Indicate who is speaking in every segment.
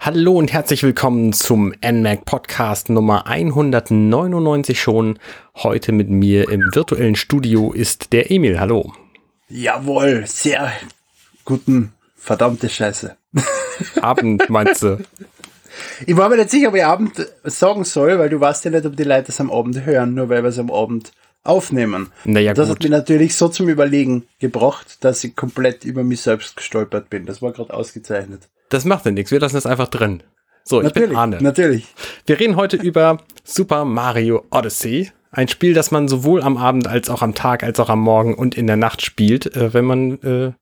Speaker 1: Hallo und herzlich willkommen zum NMAC Podcast Nummer 199 schon. Heute mit mir im virtuellen Studio ist der Emil. Hallo.
Speaker 2: Jawohl, sehr guten, verdammte Scheiße.
Speaker 1: Abend, meinst du?
Speaker 2: Ich war mir nicht sicher, ob ich Abend sagen soll, weil du weißt ja nicht, ob die Leute es am Abend hören, nur weil wir es am Abend aufnehmen.
Speaker 1: Naja,
Speaker 2: das
Speaker 1: gut.
Speaker 2: hat mich natürlich so zum Überlegen gebracht, dass ich komplett über mich selbst gestolpert bin. Das war gerade ausgezeichnet.
Speaker 1: Das macht ja nichts. Wir lassen das einfach drin. So, ich bin
Speaker 2: natürlich,
Speaker 1: Arne.
Speaker 2: natürlich.
Speaker 1: Wir reden heute über Super Mario Odyssey. Ein Spiel, das man sowohl am Abend als auch am Tag, als auch am Morgen und in der Nacht spielt, äh, wenn man. Äh,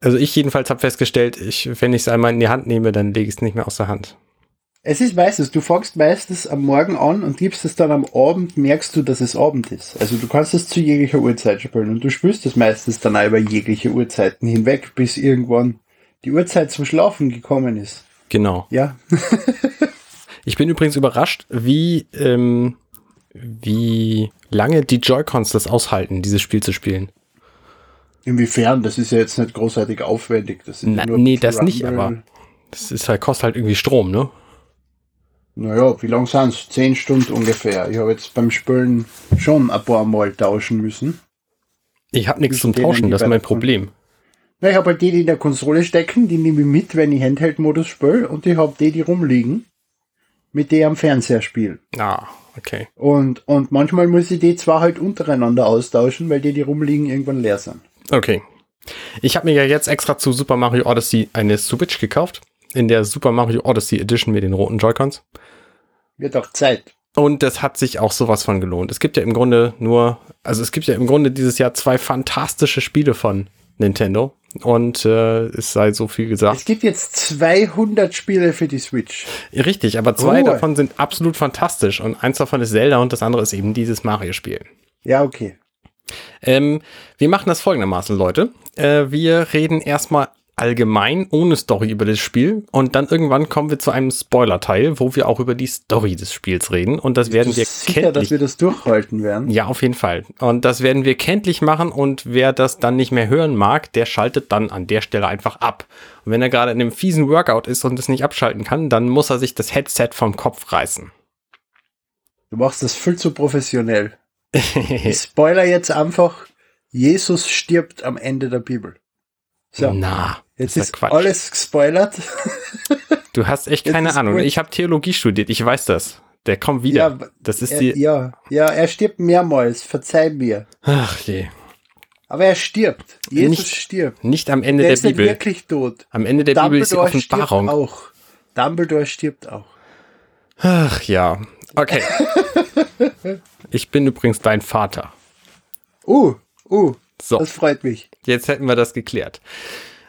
Speaker 1: also ich jedenfalls habe festgestellt, ich, wenn ich es einmal in die Hand nehme, dann lege ich es nicht mehr aus der Hand.
Speaker 2: Es ist meistens, du fängst meistens am Morgen an und gibst es dann am Abend, merkst du, dass es Abend ist. Also du kannst es zu jeglicher Uhrzeit spielen und du spielst es meistens dann auch über jegliche Uhrzeiten hinweg, bis irgendwann die Uhrzeit zum Schlafen gekommen ist.
Speaker 1: Genau.
Speaker 2: Ja,
Speaker 1: Ich bin übrigens überrascht, wie, ähm, wie lange die Joy-Cons das aushalten, dieses Spiel zu spielen.
Speaker 2: inwiefern, das ist ja jetzt nicht großartig aufwendig. Das ist
Speaker 1: Na,
Speaker 2: nur
Speaker 1: nee, das nicht,
Speaker 2: Rumble.
Speaker 1: aber das ist halt, kostet halt irgendwie Strom, ne?
Speaker 2: Naja, wie lang sind's? Zehn Stunden ungefähr. Ich habe jetzt beim Spülen schon ein paar Mal tauschen müssen.
Speaker 1: Ich habe nichts
Speaker 2: Ich
Speaker 1: zum
Speaker 2: bin denen
Speaker 1: Tauschen, das ist
Speaker 2: lieber-
Speaker 1: mein Problem.
Speaker 2: Na, ich habe halt die, die in der Konsole stecken, die nehme ich mit, wenn ich Handheld-Modus spiele, und ich habe die, die rumliegen, mit der ich am Fernseher spiele.
Speaker 1: Ah, okay.
Speaker 2: Und, und manchmal muss ich die zwar halt untereinander austauschen, weil die, die rumliegen, irgendwann leer sind.
Speaker 1: Okay. Ich habe mir ja jetzt extra zu Super Mario Odyssey eine Switch gekauft. In der Super Mario Odyssey Edition mit den roten Joy-Cons.
Speaker 2: Wird auch Zeit.
Speaker 1: Und das hat sich auch sowas von gelohnt. Es gibt ja im Grunde nur, also es gibt ja im Grunde dieses Jahr zwei fantastische Spiele von Nintendo. Und äh, es sei so viel gesagt.
Speaker 2: Es gibt jetzt 200 Spiele für die Switch.
Speaker 1: Richtig, aber zwei
Speaker 2: Ruhe.
Speaker 1: davon sind absolut fantastisch. Und eins davon ist Zelda und das andere ist eben dieses Mario-Spiel.
Speaker 2: Ja, okay.
Speaker 1: Ähm, wir machen das folgendermaßen, Leute. Äh, wir reden erstmal allgemein ohne Story über das Spiel und dann irgendwann kommen wir zu einem Spoiler-Teil, wo wir auch über die Story des Spiels reden und das werden
Speaker 2: Bist du
Speaker 1: wir
Speaker 2: sicher, dass
Speaker 1: kenntlich.
Speaker 2: wir das durchhalten werden?
Speaker 1: ja, auf jeden Fall. Und das werden wir kenntlich machen und wer das dann nicht mehr hören mag, der schaltet dann an der Stelle einfach ab. Und wenn er gerade in einem fiesen Workout ist und es nicht abschalten kann, dann muss er sich das Headset vom Kopf reißen.
Speaker 2: Du machst das viel zu professionell. Ich spoiler jetzt einfach, Jesus stirbt am Ende der Bibel. So,
Speaker 1: Na,
Speaker 2: jetzt
Speaker 1: ja
Speaker 2: ist alles gespoilert.
Speaker 1: Du hast echt
Speaker 2: Jetzt
Speaker 1: keine
Speaker 2: ist
Speaker 1: Ahnung.
Speaker 2: gut.
Speaker 1: Ich habe Theologie studiert, ich weiß das. Der kommt wieder.
Speaker 2: Ja,
Speaker 1: das ist
Speaker 2: Er,
Speaker 1: die.
Speaker 2: Äh, ja, ja, er stirbt mehrmals, verzeih mir.
Speaker 1: Ach je.
Speaker 2: Aber er stirbt. Jesus
Speaker 1: Nicht
Speaker 2: stirbt.
Speaker 1: Nicht am Ende
Speaker 2: Der
Speaker 1: der
Speaker 2: ist nicht
Speaker 1: Bibel.
Speaker 2: wirklich tot.
Speaker 1: Am Ende der Bibel ist die
Speaker 2: stirbt
Speaker 1: Offenbarung.
Speaker 2: auch. Dumbledore stirbt auch.
Speaker 1: Ach ja. Okay. ich bin übrigens dein Vater.
Speaker 2: Uh, uh,
Speaker 1: So.
Speaker 2: das freut mich.
Speaker 1: Jetzt hätten wir das geklärt.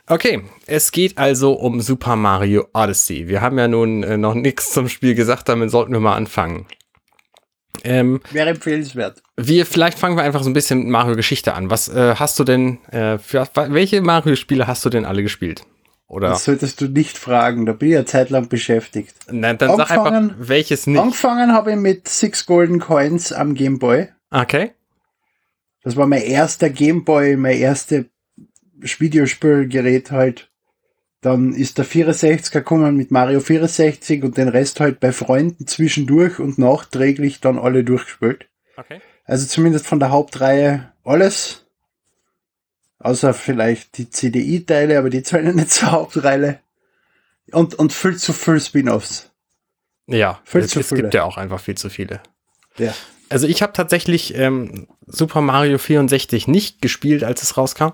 Speaker 1: Okay, es geht also um Super Mario Odyssey. Wir haben ja nun äh, noch nichts zum Spiel gesagt, damit sollten wir mal anfangen. Ähm,
Speaker 2: Wäre empfehlenswert.
Speaker 1: Wir, vielleicht fangen wir einfach so ein bisschen mit Mario-Geschichte an. Was äh, hast du denn, äh, für, welche Mario-Spiele hast du denn alle gespielt? Oder,
Speaker 2: Das solltest du nicht fragen, da bin ich ja zeitlang beschäftigt.
Speaker 1: na, dann sag einfach,
Speaker 2: anfangen-
Speaker 1: welches nicht.
Speaker 2: Angefangen habe ich mit Six Golden Coins am Game Boy.
Speaker 1: Okay,
Speaker 2: Das war mein erster Gameboy, mein erste Videospielgerät halt. Dann ist der 64er gekommen mit Mario 64 und den Rest halt bei Freunden zwischendurch und nachträglich dann alle durchgespielt.
Speaker 1: okay.
Speaker 2: Also zumindest von der Hauptreihe alles. Außer vielleicht die CDI-Teile, aber die zählen nicht zur Hauptreihe. Und, und viel zu viel Spin-offs.
Speaker 1: Ja,
Speaker 2: Viel
Speaker 1: es,
Speaker 2: zu
Speaker 1: es
Speaker 2: viele.
Speaker 1: gibt ja auch einfach viel zu viele.
Speaker 2: Ja.
Speaker 1: Also ich habe tatsächlich ähm, Super Mario 64 nicht gespielt, als es rauskam.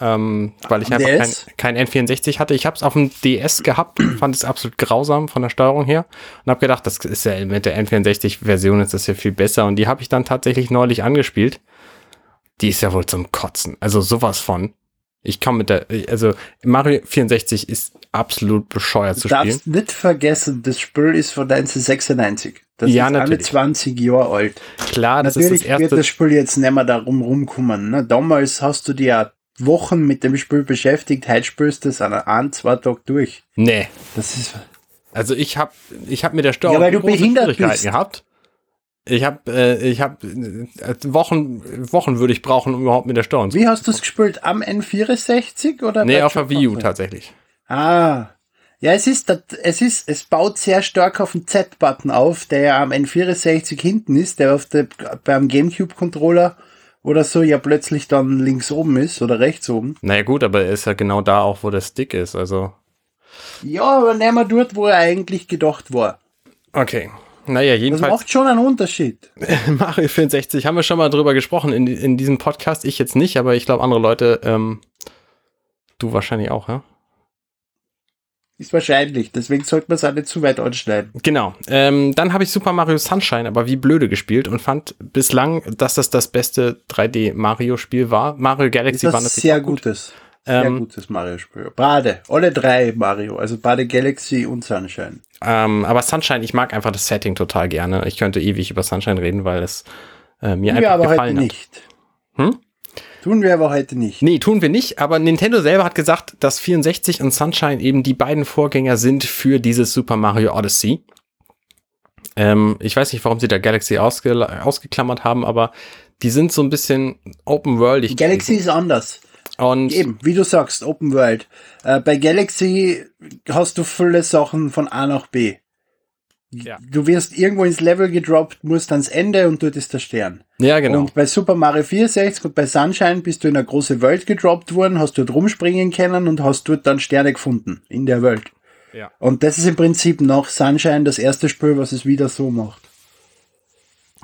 Speaker 1: Ähm, weil ich
Speaker 2: Am
Speaker 1: einfach
Speaker 2: DS?
Speaker 1: kein, kein N64 hatte. Ich habe es auf dem DS gehabt, fand es absolut grausam von der Steuerung her und habe gedacht, das ist ja mit der N64-Version ist das ja viel besser. Und die habe ich dann tatsächlich neulich angespielt. Die ist ja wohl zum Kotzen. Also sowas von. Ich kann mit der, also Mario 64 ist absolut bescheuert zu
Speaker 2: Du
Speaker 1: spielen.
Speaker 2: darfst nicht vergessen, das Spiel ist von 1996. Das
Speaker 1: Ja,
Speaker 2: ist alle
Speaker 1: natürlich.
Speaker 2: 20 Jahre alt.
Speaker 1: Klar, das ist
Speaker 2: Natürlich
Speaker 1: das erste.
Speaker 2: wird das Spiel jetzt nicht mehr darum rumkommen. Ne? Damals hast du dir ja Wochen mit dem Spiel beschäftigt, heute spielst du es an ein, zwei Tag durch.
Speaker 1: nee.
Speaker 2: Das ist.
Speaker 1: Also ich habe ich hab mit der Steuerung
Speaker 2: Ja, weil du behindert
Speaker 1: Schwierigkeiten
Speaker 2: bist.
Speaker 1: gehabt. Ich habe äh, ich habe äh, Wochen Wochen würde ich brauchen, um überhaupt mit der Steuerung zu
Speaker 2: Wie hast du es gespielt? Am N64 oder?
Speaker 1: Nee,
Speaker 2: bei
Speaker 1: auf der Wii U
Speaker 2: Joy-Con?
Speaker 1: tatsächlich.
Speaker 2: Ah. Ja, es ist, dat- es ist, es baut sehr stark auf den Z-Button auf, der ja am N64 hinten ist, der auf der, beim Gamecube-Controller oder so ja plötzlich dann links oben ist oder rechts oben.
Speaker 1: Naja gut, aber er ist ja genau da auch, wo der Stick ist. Also,
Speaker 2: Ja, aber nehmen wir dort, wo er eigentlich gedacht war.
Speaker 1: okay. Naja,
Speaker 2: Das
Speaker 1: jedenfalls
Speaker 2: macht schon einen Unterschied.
Speaker 1: Mario 64 haben wir schon mal drüber gesprochen in, in diesem Podcast. Ich jetzt nicht, aber ich glaube andere Leute, ähm, du wahrscheinlich auch, ja?
Speaker 2: Ist wahrscheinlich, deswegen sollte man es auch nicht zu weit anschneiden.
Speaker 1: Genau. Ähm, dann habe ich Super Mario Sunshine aber wie blöde gespielt und fand bislang, dass das das beste 3D-Mario-Spiel war. Mario
Speaker 2: Ist
Speaker 1: Galaxy war
Speaker 2: das
Speaker 1: natürlich
Speaker 2: sehr
Speaker 1: auch gut.
Speaker 2: gutes, sehr
Speaker 1: Ähm,
Speaker 2: gutes Mario-Spiel. Bade, alle drei Mario, also Bade Galaxy und Sunshine.
Speaker 1: Ähm, aber Sunshine, ich mag einfach das Setting total gerne. Ich könnte ewig über Sunshine reden, weil es äh, mir
Speaker 2: Tun
Speaker 1: einfach
Speaker 2: wir aber heute
Speaker 1: gefallen hat.
Speaker 2: nicht.
Speaker 1: Hm?
Speaker 2: Tun wir aber heute nicht.
Speaker 1: Nee, tun wir nicht, aber Nintendo selber hat gesagt, dass 64 und Sunshine eben die beiden Vorgänger sind für dieses Super Mario Odyssey. Ähm, ich weiß nicht, warum sie da Galaxy ausge ausgeklammert haben, aber die sind so ein bisschen open-worldig.
Speaker 2: Die Galaxy ist anders.
Speaker 1: Und
Speaker 2: Eben, wie du sagst, Open World. Äh, bei Galaxy hast du viele Sachen von A nach B.
Speaker 1: Ja.
Speaker 2: Du wirst irgendwo ins Level gedroppt, musst ans Ende und dort ist der Stern.
Speaker 1: ja, genau.
Speaker 2: Und bei Super Mario 64 und bei Sunshine bist du in eine große Welt gedroppt worden, hast dort rumspringen können und hast dort dann Sterne gefunden in der Welt.
Speaker 1: Ja.
Speaker 2: Und das ist im Prinzip nach Sunshine das erste Spiel, was es wieder so macht.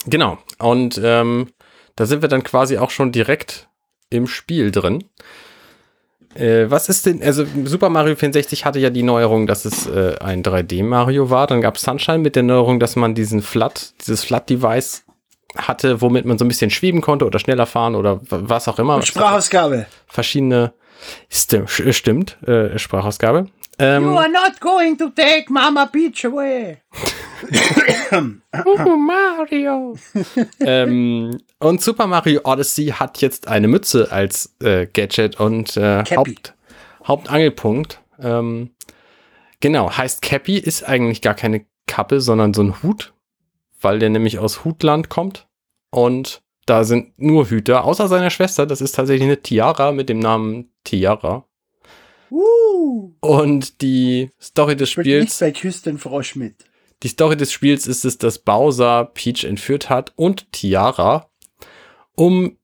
Speaker 1: Genau. Und ähm, da sind wir dann quasi auch schon direkt im Spiel drin. Äh, was ist denn, also Super Mario 64 hatte ja die Neuerung, dass es äh, ein 3D-Mario war. Dann gab es Sunshine mit der Neuerung, dass man diesen Flat, dieses Flat-Device hatte, womit man so ein bisschen schweben konnte oder schneller fahren oder w- was auch immer. Es hatte
Speaker 2: Sprachausgabe.
Speaker 1: Verschiedene, Stim- sch- stimmt, äh, Sprachausgabe. Ähm,
Speaker 2: are not going to take Mama Beach away.
Speaker 1: Super Mario. Ah. ähm, und Super Mario Odyssey hat jetzt eine Mütze als äh, Gadget und äh,
Speaker 2: Cappy.
Speaker 1: Haupt, Hauptangelpunkt. Ähm, genau, heißt Cappy, ist eigentlich gar keine Kappe, sondern so ein Hut, weil der nämlich aus Hutland kommt. Und da sind nur Hüter, außer seiner Schwester. Das ist tatsächlich eine Tiara mit dem Namen Tiara.
Speaker 2: Uh,
Speaker 1: Und die Story des
Speaker 2: spielt nicht
Speaker 1: Spiels.
Speaker 2: bei Küss den Frosch mit.
Speaker 1: Die Story des Spiels ist es, dass Bowser Peach entführt hat und Tiara, um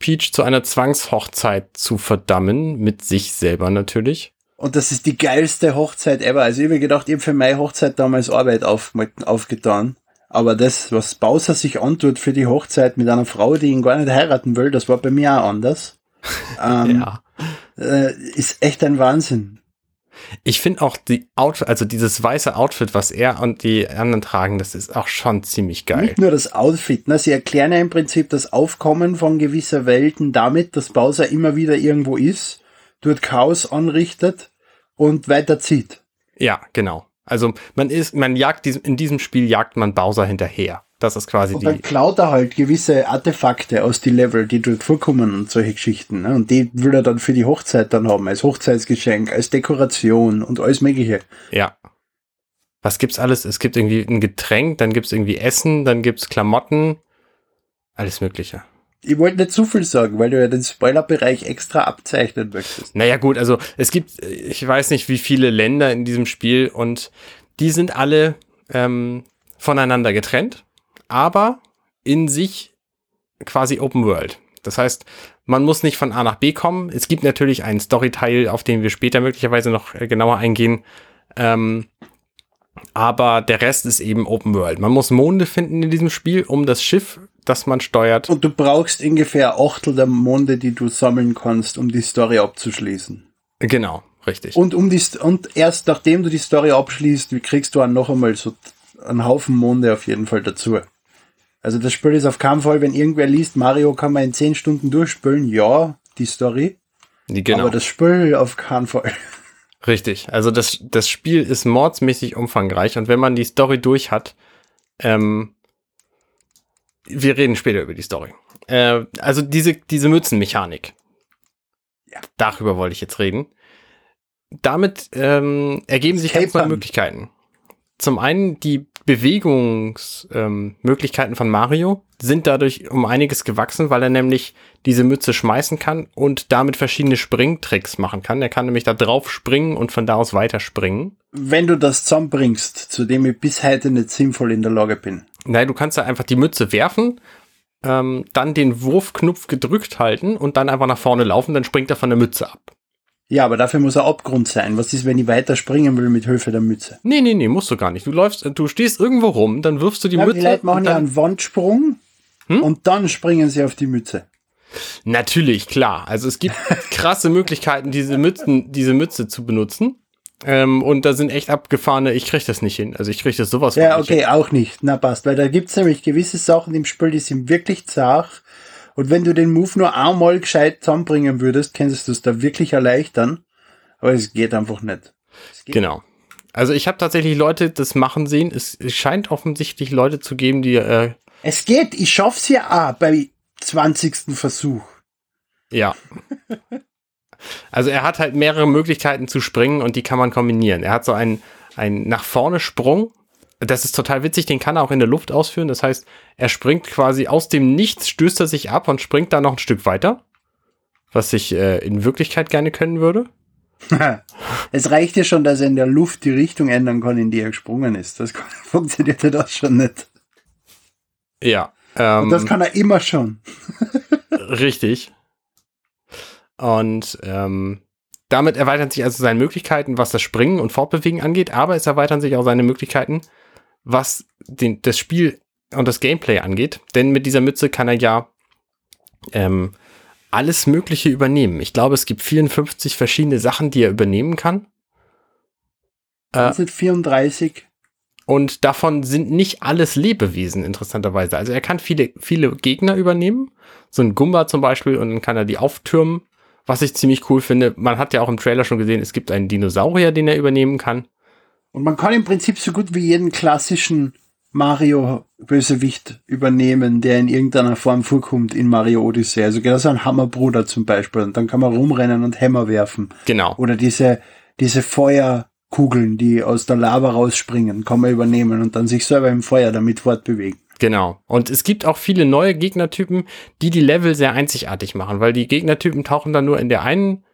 Speaker 1: Peach zu einer Zwangshochzeit zu verdammen, mit sich selber natürlich.
Speaker 2: Und das ist die geilste Hochzeit ever. Also ich habe gedacht, ich habe für meine Hochzeit damals Arbeit auf, aufgetan. Aber das, was Bowser sich antut für die Hochzeit mit einer Frau, die ihn gar nicht heiraten will, das war bei mir auch anders. Ähm,
Speaker 1: Ja.
Speaker 2: äh, ist echt ein Wahnsinn.
Speaker 1: Ich finde auch die Outfit, also dieses weiße Outfit, was er und die anderen tragen, das ist auch schon ziemlich geil.
Speaker 2: Nicht nur das Outfit. Ne? Sie erklären ja im Prinzip das Aufkommen von gewisser Welten damit, dass Bowser immer wieder irgendwo ist, dort Chaos anrichtet und weiterzieht.
Speaker 1: Ja, genau. Also man ist, man jagt diesem, in diesem Spiel jagt man Bowser hinterher. Das ist quasi
Speaker 2: Und dann
Speaker 1: die.
Speaker 2: klaut er halt gewisse Artefakte aus die Level, die dort vorkommen und solche Geschichten. Ne? Und die will er dann für die Hochzeit dann haben, als Hochzeitsgeschenk, als Dekoration und alles mögliche.
Speaker 1: Ja. Was gibt's alles? Es gibt irgendwie ein Getränk, dann gibt's irgendwie Essen, dann gibt's Klamotten, alles Mögliche.
Speaker 2: Ich wollte nicht zu viel sagen, weil du ja den Spoilerbereich extra abzeichnen möchtest.
Speaker 1: Naja, gut, also es gibt, äh, ich weiß nicht, wie viele Länder in diesem Spiel und die sind alle ähm, voneinander getrennt, aber in sich quasi Open World. Das heißt, man muss nicht von A nach B kommen. Es gibt natürlich einen Storyteil, auf den wir später möglicherweise noch äh, genauer eingehen. Ähm, aber der Rest ist eben Open World. Man muss Monde finden in diesem Spiel, um das Schiff, das man steuert,
Speaker 2: Und du brauchst ungefähr ein Achtel der Monde, die du sammeln kannst, um die Story abzuschließen.
Speaker 1: genau, richtig.
Speaker 2: Und, um die, St- und erst nachdem du die Story abschließt, wie kriegst du dann noch einmal so einen Haufen Monde auf jeden Fall dazu. Also das Spiel ist auf keinen Fall, wenn irgendwer liest, Mario kann man in 10 Stunden durchspülen, ja, die Story,
Speaker 1: genau.
Speaker 2: aber das Spiel auf keinen Fall.
Speaker 1: Richtig. Also das, das Spiel ist mordsmäßig umfangreich und wenn man die Story durch hat, ähm, wir reden später über die Story. Äh, also diese, diese Mützenmechanik.
Speaker 2: Ja.
Speaker 1: Darüber wollte ich jetzt reden. Damit ähm, ergeben sich ganz neue
Speaker 2: Capern.
Speaker 1: Möglichkeiten. zum einen die Bewegungsmöglichkeiten ähm, von Mario sind dadurch um einiges gewachsen, weil er nämlich diese Mütze schmeißen kann und damit verschiedene Springtricks machen kann. Er kann nämlich da drauf springen und von da aus weiterspringen.
Speaker 2: Wenn du das zusammenbringst, zu dem ich bis heute nicht sinnvoll in der Lage bin.
Speaker 1: Nein, du kannst da einfach die Mütze werfen, ähm, dann den Wurfknopf gedrückt halten und dann einfach nach vorne laufen, dann springt er von der Mütze ab.
Speaker 2: Ja, aber dafür muss ein Abgrund sein. Was ist, wenn ich weiter springen will mit Hilfe der Mütze?
Speaker 1: Nee, nee, nee, musst du gar nicht. Du läufst, äh, du stehst irgendwo rum, dann wirfst du die
Speaker 2: Ja, die
Speaker 1: Mütze.
Speaker 2: Leute machen
Speaker 1: und
Speaker 2: ja
Speaker 1: dann,
Speaker 2: einen Wandsprung
Speaker 1: Hm?
Speaker 2: und dann springen sie auf die Mütze.
Speaker 1: Natürlich, klar. Also es gibt krasse Möglichkeiten, diese Mützen, diese Mütze zu benutzen. Ähm, und da sind echt abgefahrene, ich krieg das nicht hin. Also ich krieg das sowas von
Speaker 2: Ja,
Speaker 1: nicht hin.
Speaker 2: okay, auch nicht. Na passt, weil da gibt's nämlich gewisse Sachen im Spiel, die sind wirklich zart. Und wenn du den Move nur einmal gescheit zusammenbringen würdest, könntest du es da wirklich erleichtern. Aber es geht einfach nicht. Es geht
Speaker 1: Genau. Also ich habe tatsächlich Leute das machen sehen. Es, es scheint offensichtlich Leute zu geben, die äh,
Speaker 2: Es geht, ich schaff's ja auch bei 20. Versuch.
Speaker 1: Ja. Also er hat halt mehrere Möglichkeiten zu springen und die kann man kombinieren. Er hat so einen, einen nach vorne Sprung. Das ist total witzig, den kann er auch in der Luft ausführen. Das heißt, er springt quasi aus dem Nichts, stößt er sich ab und springt dann noch ein Stück weiter. Was ich äh, in Wirklichkeit gerne können würde.
Speaker 2: es reicht ja schon, dass er in der Luft die Richtung ändern kann, in die er gesprungen ist. Das kann, funktioniert ja das schon nicht.
Speaker 1: Ja. Ähm,
Speaker 2: Und das kann er immer schon.
Speaker 1: Richtig. Und ähm, damit erweitern sich also seine Möglichkeiten, was das Springen und Fortbewegen angeht, aber es erweitern sich auch seine Möglichkeiten, was den, das Spiel und das Gameplay angeht. Denn mit dieser Mütze kann er ja ähm, alles Mögliche übernehmen. Ich glaube, es gibt 54 verschiedene Sachen, die er übernehmen kann.
Speaker 2: Das sind 34.
Speaker 1: Und davon sind nicht alles Lebewesen, interessanterweise. Also er kann viele, viele Gegner übernehmen. So ein Gumba zum Beispiel, und dann kann er die auftürmen. Was ich ziemlich cool finde. Man hat ja auch im Trailer schon gesehen, es gibt einen Dinosaurier, den er übernehmen kann.
Speaker 2: Und man kann im Prinzip so gut wie jeden klassischen Mario-Bösewicht übernehmen, der in irgendeiner Form vorkommt in Mario Odyssey. Also genau so ein Hammerbruder zum Beispiel. Und dann kann man rumrennen und Hämmer werfen.
Speaker 1: Genau.
Speaker 2: Oder diese, diese Feuerkugeln, die aus der Lava rausspringen, kann man übernehmen und dann sich selber im Feuer damit fortbewegen.
Speaker 1: Genau. Und es gibt auch viele neue Gegnertypen, die die Level sehr einzigartig machen, weil die Gegnertypen tauchen dann nur in der einen,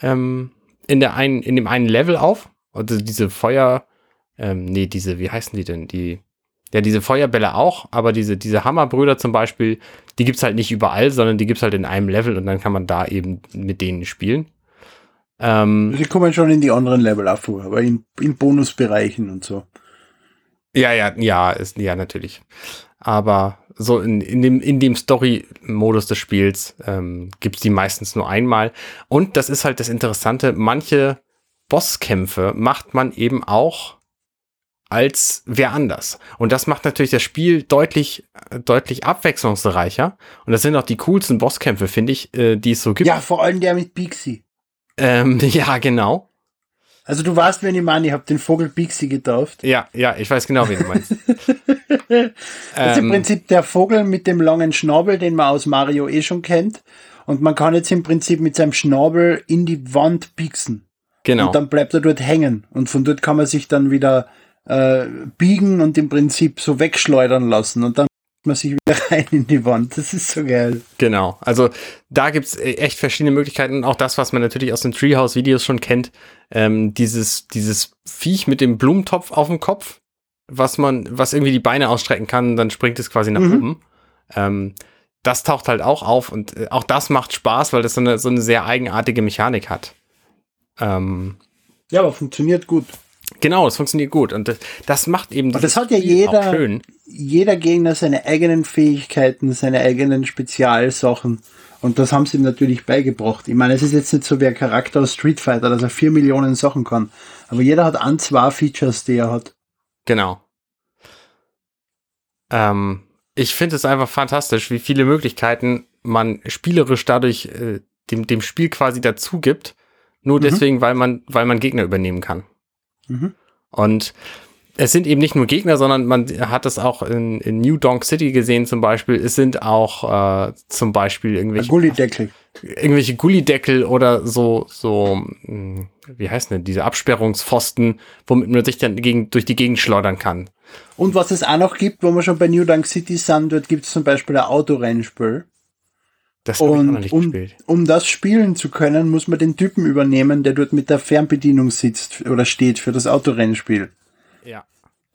Speaker 1: ähm, in der einen, in dem einen Level auf. Also diese Feuer, ähm, nee, diese, wie heißen die denn? Die, ja, diese Feuerbälle auch, aber diese, diese Hammerbrüder zum Beispiel, die gibt's halt nicht überall, sondern die gibt's halt in einem Level und dann kann man da eben mit denen spielen. Ähm,
Speaker 2: Also Sie kommen schon in die anderen Level auch vor, aber in, in Bonusbereichen und so.
Speaker 1: Ja, ja, ja, ist, ja, natürlich. Aber so in, in dem, in dem Story-Modus des Spiels ähm, gibt's die meistens nur einmal. Und das ist halt das Interessante, manche Bosskämpfe macht man eben auch als wer anders. Und das macht natürlich das Spiel deutlich, äh, deutlich abwechslungsreicher. Und das sind auch die coolsten Bosskämpfe, finde ich, äh, die es so gibt.
Speaker 2: Ja, vor allem der mit Pixie.
Speaker 1: ähm, ja genau.
Speaker 2: Also du weißt, wenn ich meine, ich habe den Vogel Pixie getauft.
Speaker 1: Ja, ja, ich weiß genau, wen du meinst.
Speaker 2: Das ist im
Speaker 1: Ähm,
Speaker 2: Prinzip der Vogel mit dem langen Schnabel, den man aus Mario eh schon kennt. Und man kann jetzt im Prinzip mit seinem Schnabel in die Wand pieksen.
Speaker 1: genau.
Speaker 2: Und dann bleibt er dort hängen. Und von dort kann man sich dann wieder äh, biegen und im Prinzip so wegschleudern lassen. Und dann macht man sich wieder rein in die Wand. Das ist so geil.
Speaker 1: Genau, also da gibt's äh, echt verschiedene Möglichkeiten. Und Auch das, was man natürlich aus den Treehouse-Videos schon kennt, ähm, dieses, dieses Viech mit dem Blumentopf auf dem Kopf, was man, was irgendwie die Beine ausstrecken kann, dann springt es quasi nach
Speaker 2: Mhm.
Speaker 1: oben. Ähm, das taucht halt auch auf und äh, auch das macht Spaß, weil das so eine, so eine sehr eigenartige Mechanik hat. Ähm,
Speaker 2: Ja, aber funktioniert gut.
Speaker 1: genau, es funktioniert gut und das, das macht eben
Speaker 2: Und
Speaker 1: dieses
Speaker 2: das hat ja
Speaker 1: Spiel auch
Speaker 2: jeder-
Speaker 1: schön.
Speaker 2: Jeder Gegner seine eigenen Fähigkeiten, seine eigenen Spezialsachen. Und das haben sie ihm natürlich beigebracht. Ich meine, es ist jetzt nicht so wie ein Charakter aus Street Fighter, dass er vier Millionen Sachen kann. Aber jeder hat ein, zwei Features, die er hat.
Speaker 1: Genau. Ähm, ich finde es einfach fantastisch, wie viele Möglichkeiten man spielerisch dadurch äh, dem, dem Spiel quasi dazu gibt. Nur
Speaker 2: Mhm.
Speaker 1: deswegen, weil man, weil man Gegner übernehmen kann.
Speaker 2: Mhm.
Speaker 1: Und es sind eben nicht nur Gegner, sondern man hat es auch in, in New Donk City gesehen zum Beispiel. Es sind auch äh, zum Beispiel irgendwelche
Speaker 2: Gullideckel.
Speaker 1: irgendwelche Gullideckel oder so so mh, wie heißt denn diese Absperrungspfosten, womit man sich dann gegen, durch die Gegend schleudern kann.
Speaker 2: Und was es auch noch gibt, wo wir schon bei New Dunk City sind, dort gibt es zum Beispiel ein Autorennspiel.
Speaker 1: Das habe ich auch noch
Speaker 2: Und
Speaker 1: nicht
Speaker 2: um,
Speaker 1: gespielt.
Speaker 2: um das spielen zu können, muss man den Typen übernehmen, der dort mit der Fernbedienung sitzt oder steht für das Autorennspiel.
Speaker 1: Ja.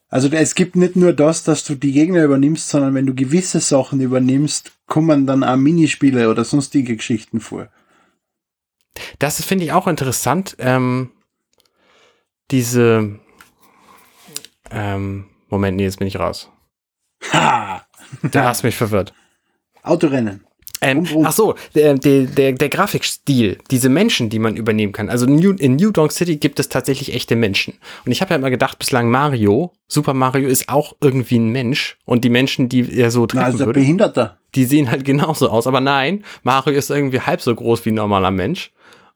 Speaker 2: Also es gibt nicht nur das, dass du die Gegner übernimmst, sondern wenn du gewisse Sachen übernimmst, kommen dann auch Minispiele oder sonstige Geschichten vor.
Speaker 1: Das finde ich auch interessant. Ähm, diese ähm, Moment, nee, jetzt bin ich raus.
Speaker 2: Ha!
Speaker 1: Da hast du mich verwirrt.
Speaker 2: Autorennen.
Speaker 1: Ähm,
Speaker 2: Und- und-
Speaker 1: ach so, der, der, der, der Grafikstil, diese Menschen, die man übernehmen kann. Also New, in New Donk City gibt es tatsächlich echte Menschen. Und ich habe ja immer gedacht, bislang Mario, Super Mario ist auch irgendwie ein Mensch. Und die Menschen, die er so
Speaker 2: Na,
Speaker 1: treffen
Speaker 2: also der
Speaker 1: würde,
Speaker 2: Behinderter.
Speaker 1: die sehen halt genauso aus. Aber nein, Mario ist irgendwie halb so groß wie ein normaler Mensch.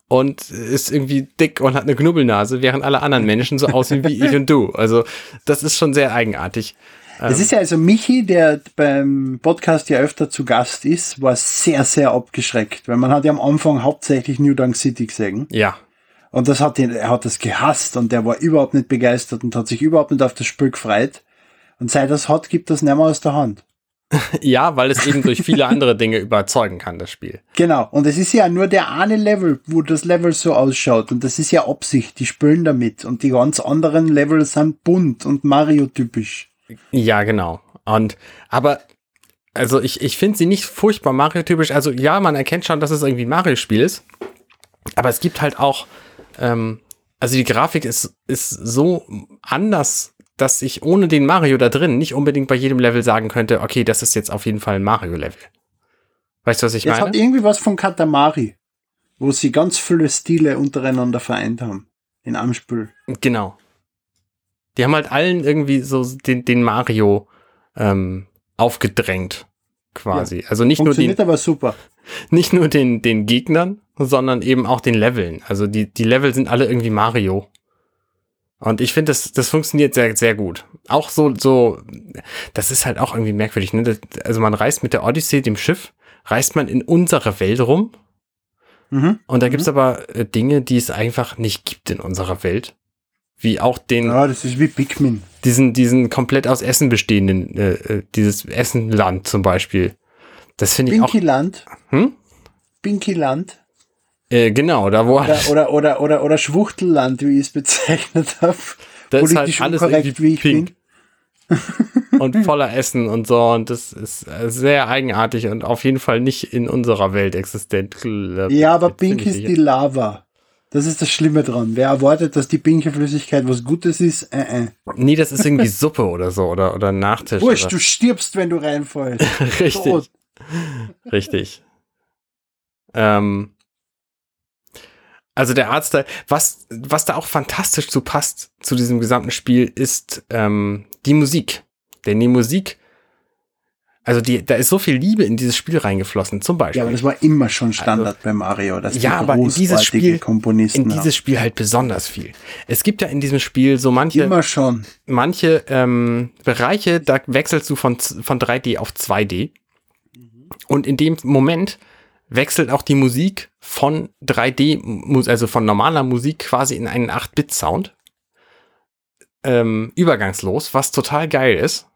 Speaker 1: Und ist irgendwie dick und hat eine Knubbelnase, während alle anderen Menschen so aussehen wie ich und du. Also das ist schon sehr eigenartig.
Speaker 2: Es ist ja also Michi, der beim Podcast ja öfter zu Gast ist, war sehr, sehr abgeschreckt, weil man hat ja am Anfang hauptsächlich New Dunk City gesehen.
Speaker 1: Ja,
Speaker 2: Und das hat ihn, er hat das gehasst und der war überhaupt nicht begeistert und hat sich überhaupt nicht auf das Spiel gefreut. Und seit er es hat, gibt das nicht mehr aus der Hand.
Speaker 1: ja, weil es eben durch viele andere Dinge überzeugen kann, das Spiel.
Speaker 2: Genau. Und es ist ja nur der eine Level, wo das Level so ausschaut. Und das ist ja Absicht. Die spielen damit. Und die ganz anderen Level sind bunt und Mario-typisch.
Speaker 1: Ja, genau. Und aber also ich, ich finde sie nicht furchtbar Mario-typisch. Also ja, man erkennt schon, dass es irgendwie ein Mario-Spiel ist. Aber es gibt halt auch, ähm, also die Grafik ist, ist so anders, dass ich ohne den Mario da drin nicht unbedingt bei jedem Level sagen könnte, okay, das ist jetzt auf jeden Fall ein Mario-Level. Weißt du, was ich
Speaker 2: Jetzt hat
Speaker 1: meine?
Speaker 2: irgendwie was von Katamari, wo sie ganz viele Stile untereinander vereint haben. In einem Spiel.
Speaker 1: Genau. Die haben halt allen irgendwie so den, den Mario ähm, aufgedrängt, quasi. Also nicht nur den,
Speaker 2: Funktioniert aber super.
Speaker 1: nicht nur den, den Gegnern, sondern eben auch den Leveln. Also die, die Level sind alle irgendwie Mario. Und ich finde, das, das funktioniert sehr, sehr gut. Auch so, so, das ist halt auch irgendwie merkwürdig. Ne? Das, also man reist mit der Odyssey, dem Schiff, reist man in unserer Welt rum.
Speaker 2: Mhm.
Speaker 1: Und da gibt's aber äh, Dinge, die es einfach nicht gibt in unserer Welt. Wie auch den,
Speaker 2: Ja, das ist wie Pikmin.
Speaker 1: diesen, diesen komplett aus Essen bestehenden, äh, äh, dieses Essenland zum Beispiel. Das finde ich auch.
Speaker 2: Pinky-Land.
Speaker 1: Hm?
Speaker 2: Pinky-Land.
Speaker 1: Äh, genau, da wo
Speaker 2: Oder, oder, oder, oder, oder Schwuchtelland, wie ich es bezeichnet habe.
Speaker 1: Da ist
Speaker 2: Politisch
Speaker 1: halt alles
Speaker 2: unkorrekt,
Speaker 1: irgendwie
Speaker 2: wie ich
Speaker 1: pink. und voller Essen und so. Und das ist äh, sehr eigenartig und auf jeden Fall nicht in unserer Welt existent. glaub
Speaker 2: bin. Ja, aber
Speaker 1: Jetzt bin
Speaker 2: pink
Speaker 1: ich
Speaker 2: ist
Speaker 1: sicher.
Speaker 2: die Lava. Das ist das Schlimme dran. Wer erwartet, dass die pinke Flüssigkeit was Gutes ist? Äh, äh.
Speaker 1: Nee, das ist irgendwie Suppe oder so oder, oder ein Nachtisch.
Speaker 2: Wurscht,
Speaker 1: oder,
Speaker 2: du stirbst, wenn du reinfällst.
Speaker 1: richtig,
Speaker 2: Tot.
Speaker 1: richtig. Ähm, also der Artstyle, was, was da auch fantastisch zu passt zu diesem gesamten Spiel, ist ähm, die Musik. Denn die Musik, also die, da ist so viel Liebe in dieses Spiel reingeflossen, zum Beispiel.
Speaker 2: Ja, aber das war immer schon Standard bei Mario, dass
Speaker 1: Also, Ja,
Speaker 2: die
Speaker 1: aber in dieses
Speaker 2: großartige
Speaker 1: Spiel-
Speaker 2: Komponisten
Speaker 1: in dieses Spiel halt besonders viel. Es gibt ja in diesem Spiel so
Speaker 2: haben.
Speaker 1: manche,
Speaker 2: immer schon.
Speaker 1: manche ähm, Bereiche, da wechselst du von, z- von 3D auf 2D. Und in dem Moment wechselt auch die Musik von 3D, mu- also von normaler Musik quasi in einen 8-Bit-Sound. Ähm, übergangslos, was total geil ist.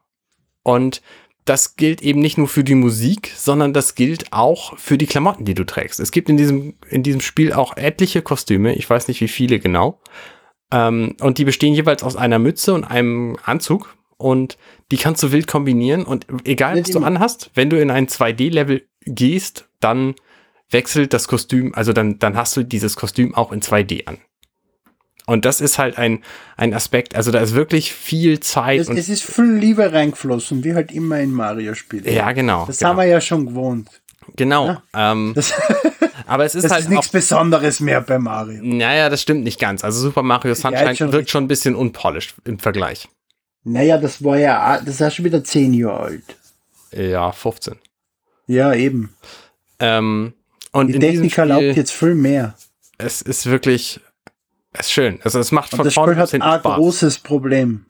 Speaker 1: Und das gilt eben nicht nur für die Musik, sondern das gilt auch für die Klamotten, die du trägst. Es gibt in diesem, in diesem Spiel auch etliche Kostüme, ich weiß nicht wie viele genau. Ähm, und die bestehen jeweils aus einer Mütze und einem Anzug. Und die kannst du wild kombinieren. Und egal,
Speaker 2: Nicht
Speaker 1: was du
Speaker 2: immer.
Speaker 1: anhast, wenn du in ein 2D-Level gehst, dann wechselt das Kostüm, also dann, dann hast du dieses Kostüm auch in 2D an. Und das ist halt ein, ein Aspekt, also da ist wirklich viel Zeit
Speaker 2: Es,
Speaker 1: und
Speaker 2: es ist viel Liebe reingeflossen, wie halt immer in Mario-Spielen.
Speaker 1: ja, genau.
Speaker 2: Das
Speaker 1: genau.
Speaker 2: haben wir ja schon gewohnt.
Speaker 1: Genau. Ähm,
Speaker 2: Das,
Speaker 1: aber es ist
Speaker 2: das
Speaker 1: halt
Speaker 2: ist
Speaker 1: auch.
Speaker 2: nichts Besonderes mehr bei Mario.
Speaker 1: Naja, das stimmt nicht ganz. Also Super Mario Sunshine
Speaker 2: schon
Speaker 1: wirkt schon ein bisschen unpolished im Vergleich.
Speaker 2: Naja, das war ja, auch- das war schon wieder zehn Jahre alt.
Speaker 1: Ja, 15.
Speaker 2: Ja, eben.
Speaker 1: Ähm, und
Speaker 2: Die
Speaker 1: in diesem
Speaker 2: Technik
Speaker 1: Spiel,
Speaker 2: erlaubt jetzt viel mehr.
Speaker 1: es ist wirklich, es ist schön. Also es macht
Speaker 2: Und
Speaker 1: von
Speaker 2: das
Speaker 1: vorne
Speaker 2: Spiel
Speaker 1: bis
Speaker 2: hat ein
Speaker 1: hinten
Speaker 2: arg
Speaker 1: Spaß.
Speaker 2: großes Problem.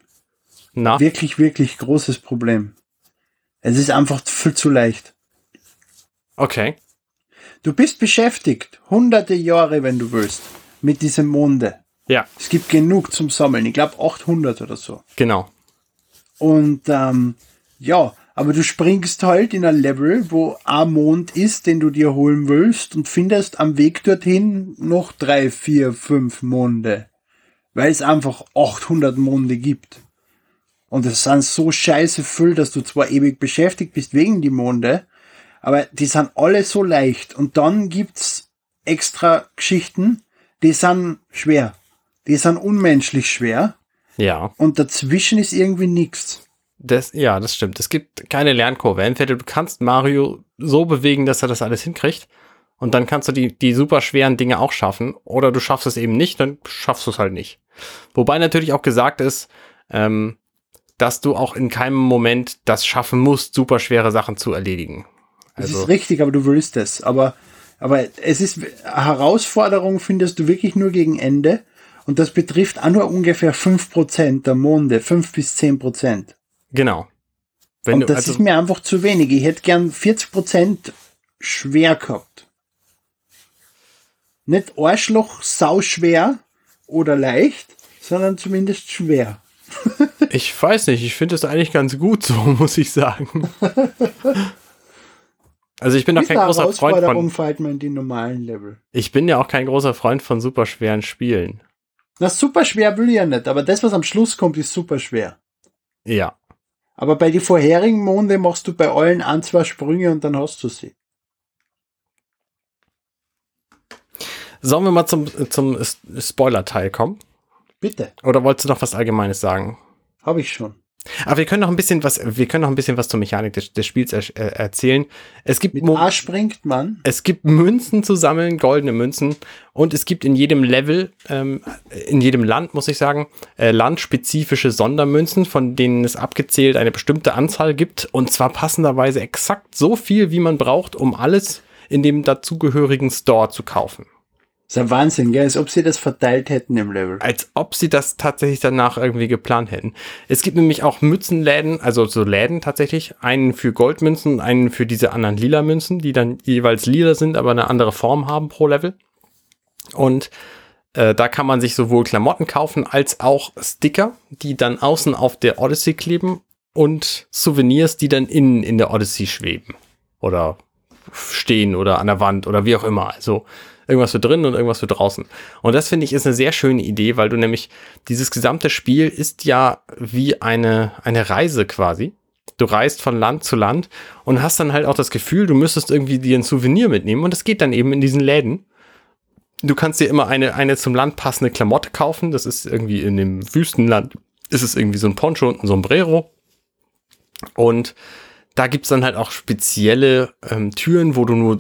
Speaker 1: Na,
Speaker 2: Wirklich, wirklich großes Problem. Es ist einfach viel zu leicht.
Speaker 1: okay.
Speaker 2: Du bist beschäftigt, hunderte Jahre, wenn du willst, mit diesem Monde.
Speaker 1: Ja,
Speaker 2: Es gibt genug zum Sammeln, ich glaube 800 oder so.
Speaker 1: genau.
Speaker 2: Und ähm, ja, aber du springst halt in ein Level, wo ein Mond ist, den du dir holen willst und findest am Weg dorthin noch drei, vier, fünf Monde. Weil es einfach 800 Monde gibt. Und es sind so scheiße viel, dass du zwar ewig beschäftigt bist wegen die Monde, aber die sind alle so leicht. Und dann gibt's extra Geschichten, die sind schwer. Die sind unmenschlich schwer.
Speaker 1: Ja,
Speaker 2: Und dazwischen ist irgendwie nichts.
Speaker 1: das, ja, das stimmt. Es gibt keine Lernkurve. Entweder du kannst Mario so bewegen, dass er das alles hinkriegt. Und dann kannst du die, die super schweren Dinge auch schaffen. Oder du schaffst es eben nicht, dann schaffst du es halt nicht. Wobei natürlich auch gesagt ist, ähm, dass du auch in keinem Moment das schaffen musst, super schwere Sachen zu erledigen.
Speaker 2: Es
Speaker 1: Also,
Speaker 2: ist richtig, aber du willst es. Aber, aber es ist Herausforderung findest du wirklich nur gegen Ende. Und das betrifft auch nur ungefähr 5% der Monde, 5 bis 10%.
Speaker 1: genau. Wenn
Speaker 2: Und
Speaker 1: du,
Speaker 2: das
Speaker 1: also,
Speaker 2: ist mir einfach zu wenig. Ich hätte gern 40% schwer gehabt. Nicht Arschloch sauschwer oder leicht, sondern zumindest schwer.
Speaker 1: ich weiß nicht, ich finde es eigentlich ganz gut so, muss ich sagen. also ich bin doch
Speaker 2: Diese
Speaker 1: kein großer Freund
Speaker 2: Herausforderung
Speaker 1: von.
Speaker 2: fällt mir in die normalen Level.
Speaker 1: Ich bin ja auch kein großer Freund von super schweren Spielen.
Speaker 2: Na, super schwer will ich ja nicht, aber das, was am Schluss kommt, ist super schwer.
Speaker 1: Ja.
Speaker 2: Aber bei den vorherigen Monde machst du bei allen ein, zwei Sprünge und dann hast du sie.
Speaker 1: Sollen wir mal zum, zum S- Spoiler-Teil kommen?
Speaker 2: Bitte,
Speaker 1: Oder wolltest du noch was Allgemeines sagen?
Speaker 2: habe ich schon.
Speaker 1: Aber Ah, wir können noch ein bisschen was, wir können noch ein bisschen was zur Mechanik des, des Spiels er, äh, erzählen. Es gibt,
Speaker 2: Mit
Speaker 1: Mo-
Speaker 2: A springt man.
Speaker 1: es gibt Münzen zu sammeln, goldene Münzen. Und es gibt in jedem Level, ähm, in jedem Land, muss ich sagen, äh, landspezifische Sondermünzen, von denen es abgezählt eine bestimmte Anzahl gibt. Und zwar passenderweise exakt so viel, wie man braucht, um alles in dem dazugehörigen Store zu kaufen.
Speaker 2: Das ist ein Wahnsinn, gell? Als ob sie das verteilt hätten im Level.
Speaker 1: als ob sie das tatsächlich danach irgendwie geplant hätten. Es gibt nämlich auch Mützenläden, also so Läden tatsächlich, einen für Goldmünzen, einen für diese anderen lila Münzen, die dann jeweils lila sind, aber eine andere Form haben pro Level. Und äh, da kann man sich sowohl Klamotten kaufen als auch Sticker, die dann außen auf der Odyssey kleben und Souvenirs, die dann innen in der Odyssey schweben oder stehen oder an der Wand oder wie auch immer. Also irgendwas für drinnen und irgendwas für draußen. Und das finde ich ist eine sehr schöne Idee, weil du nämlich dieses gesamte Spiel ist ja wie eine, eine Reise quasi. Du reist von Land zu Land und hast dann halt auch das Gefühl, du müsstest irgendwie dir ein Souvenir mitnehmen und das geht dann eben in diesen Läden. Du kannst dir immer eine, eine zum Land passende Klamotte kaufen. Das ist irgendwie in dem Wüstenland, ist es irgendwie so ein Poncho und ein Sombrero. Und da gibt's dann halt auch spezielle ähm, Türen, wo du nur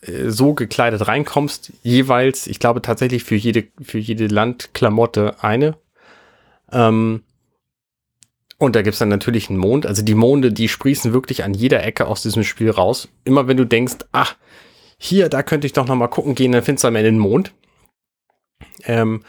Speaker 1: äh, so gekleidet reinkommst, jeweils, ich glaube tatsächlich für jede, für jede Landklamotte eine. Ähm, und da gibt's dann natürlich einen Mond. Also die Monde, die sprießen wirklich an jeder Ecke aus diesem Spiel raus. Immer wenn du denkst, ach, hier, da könnte ich doch noch mal gucken gehen, dann findest du am Ende einen Mond. Ähm,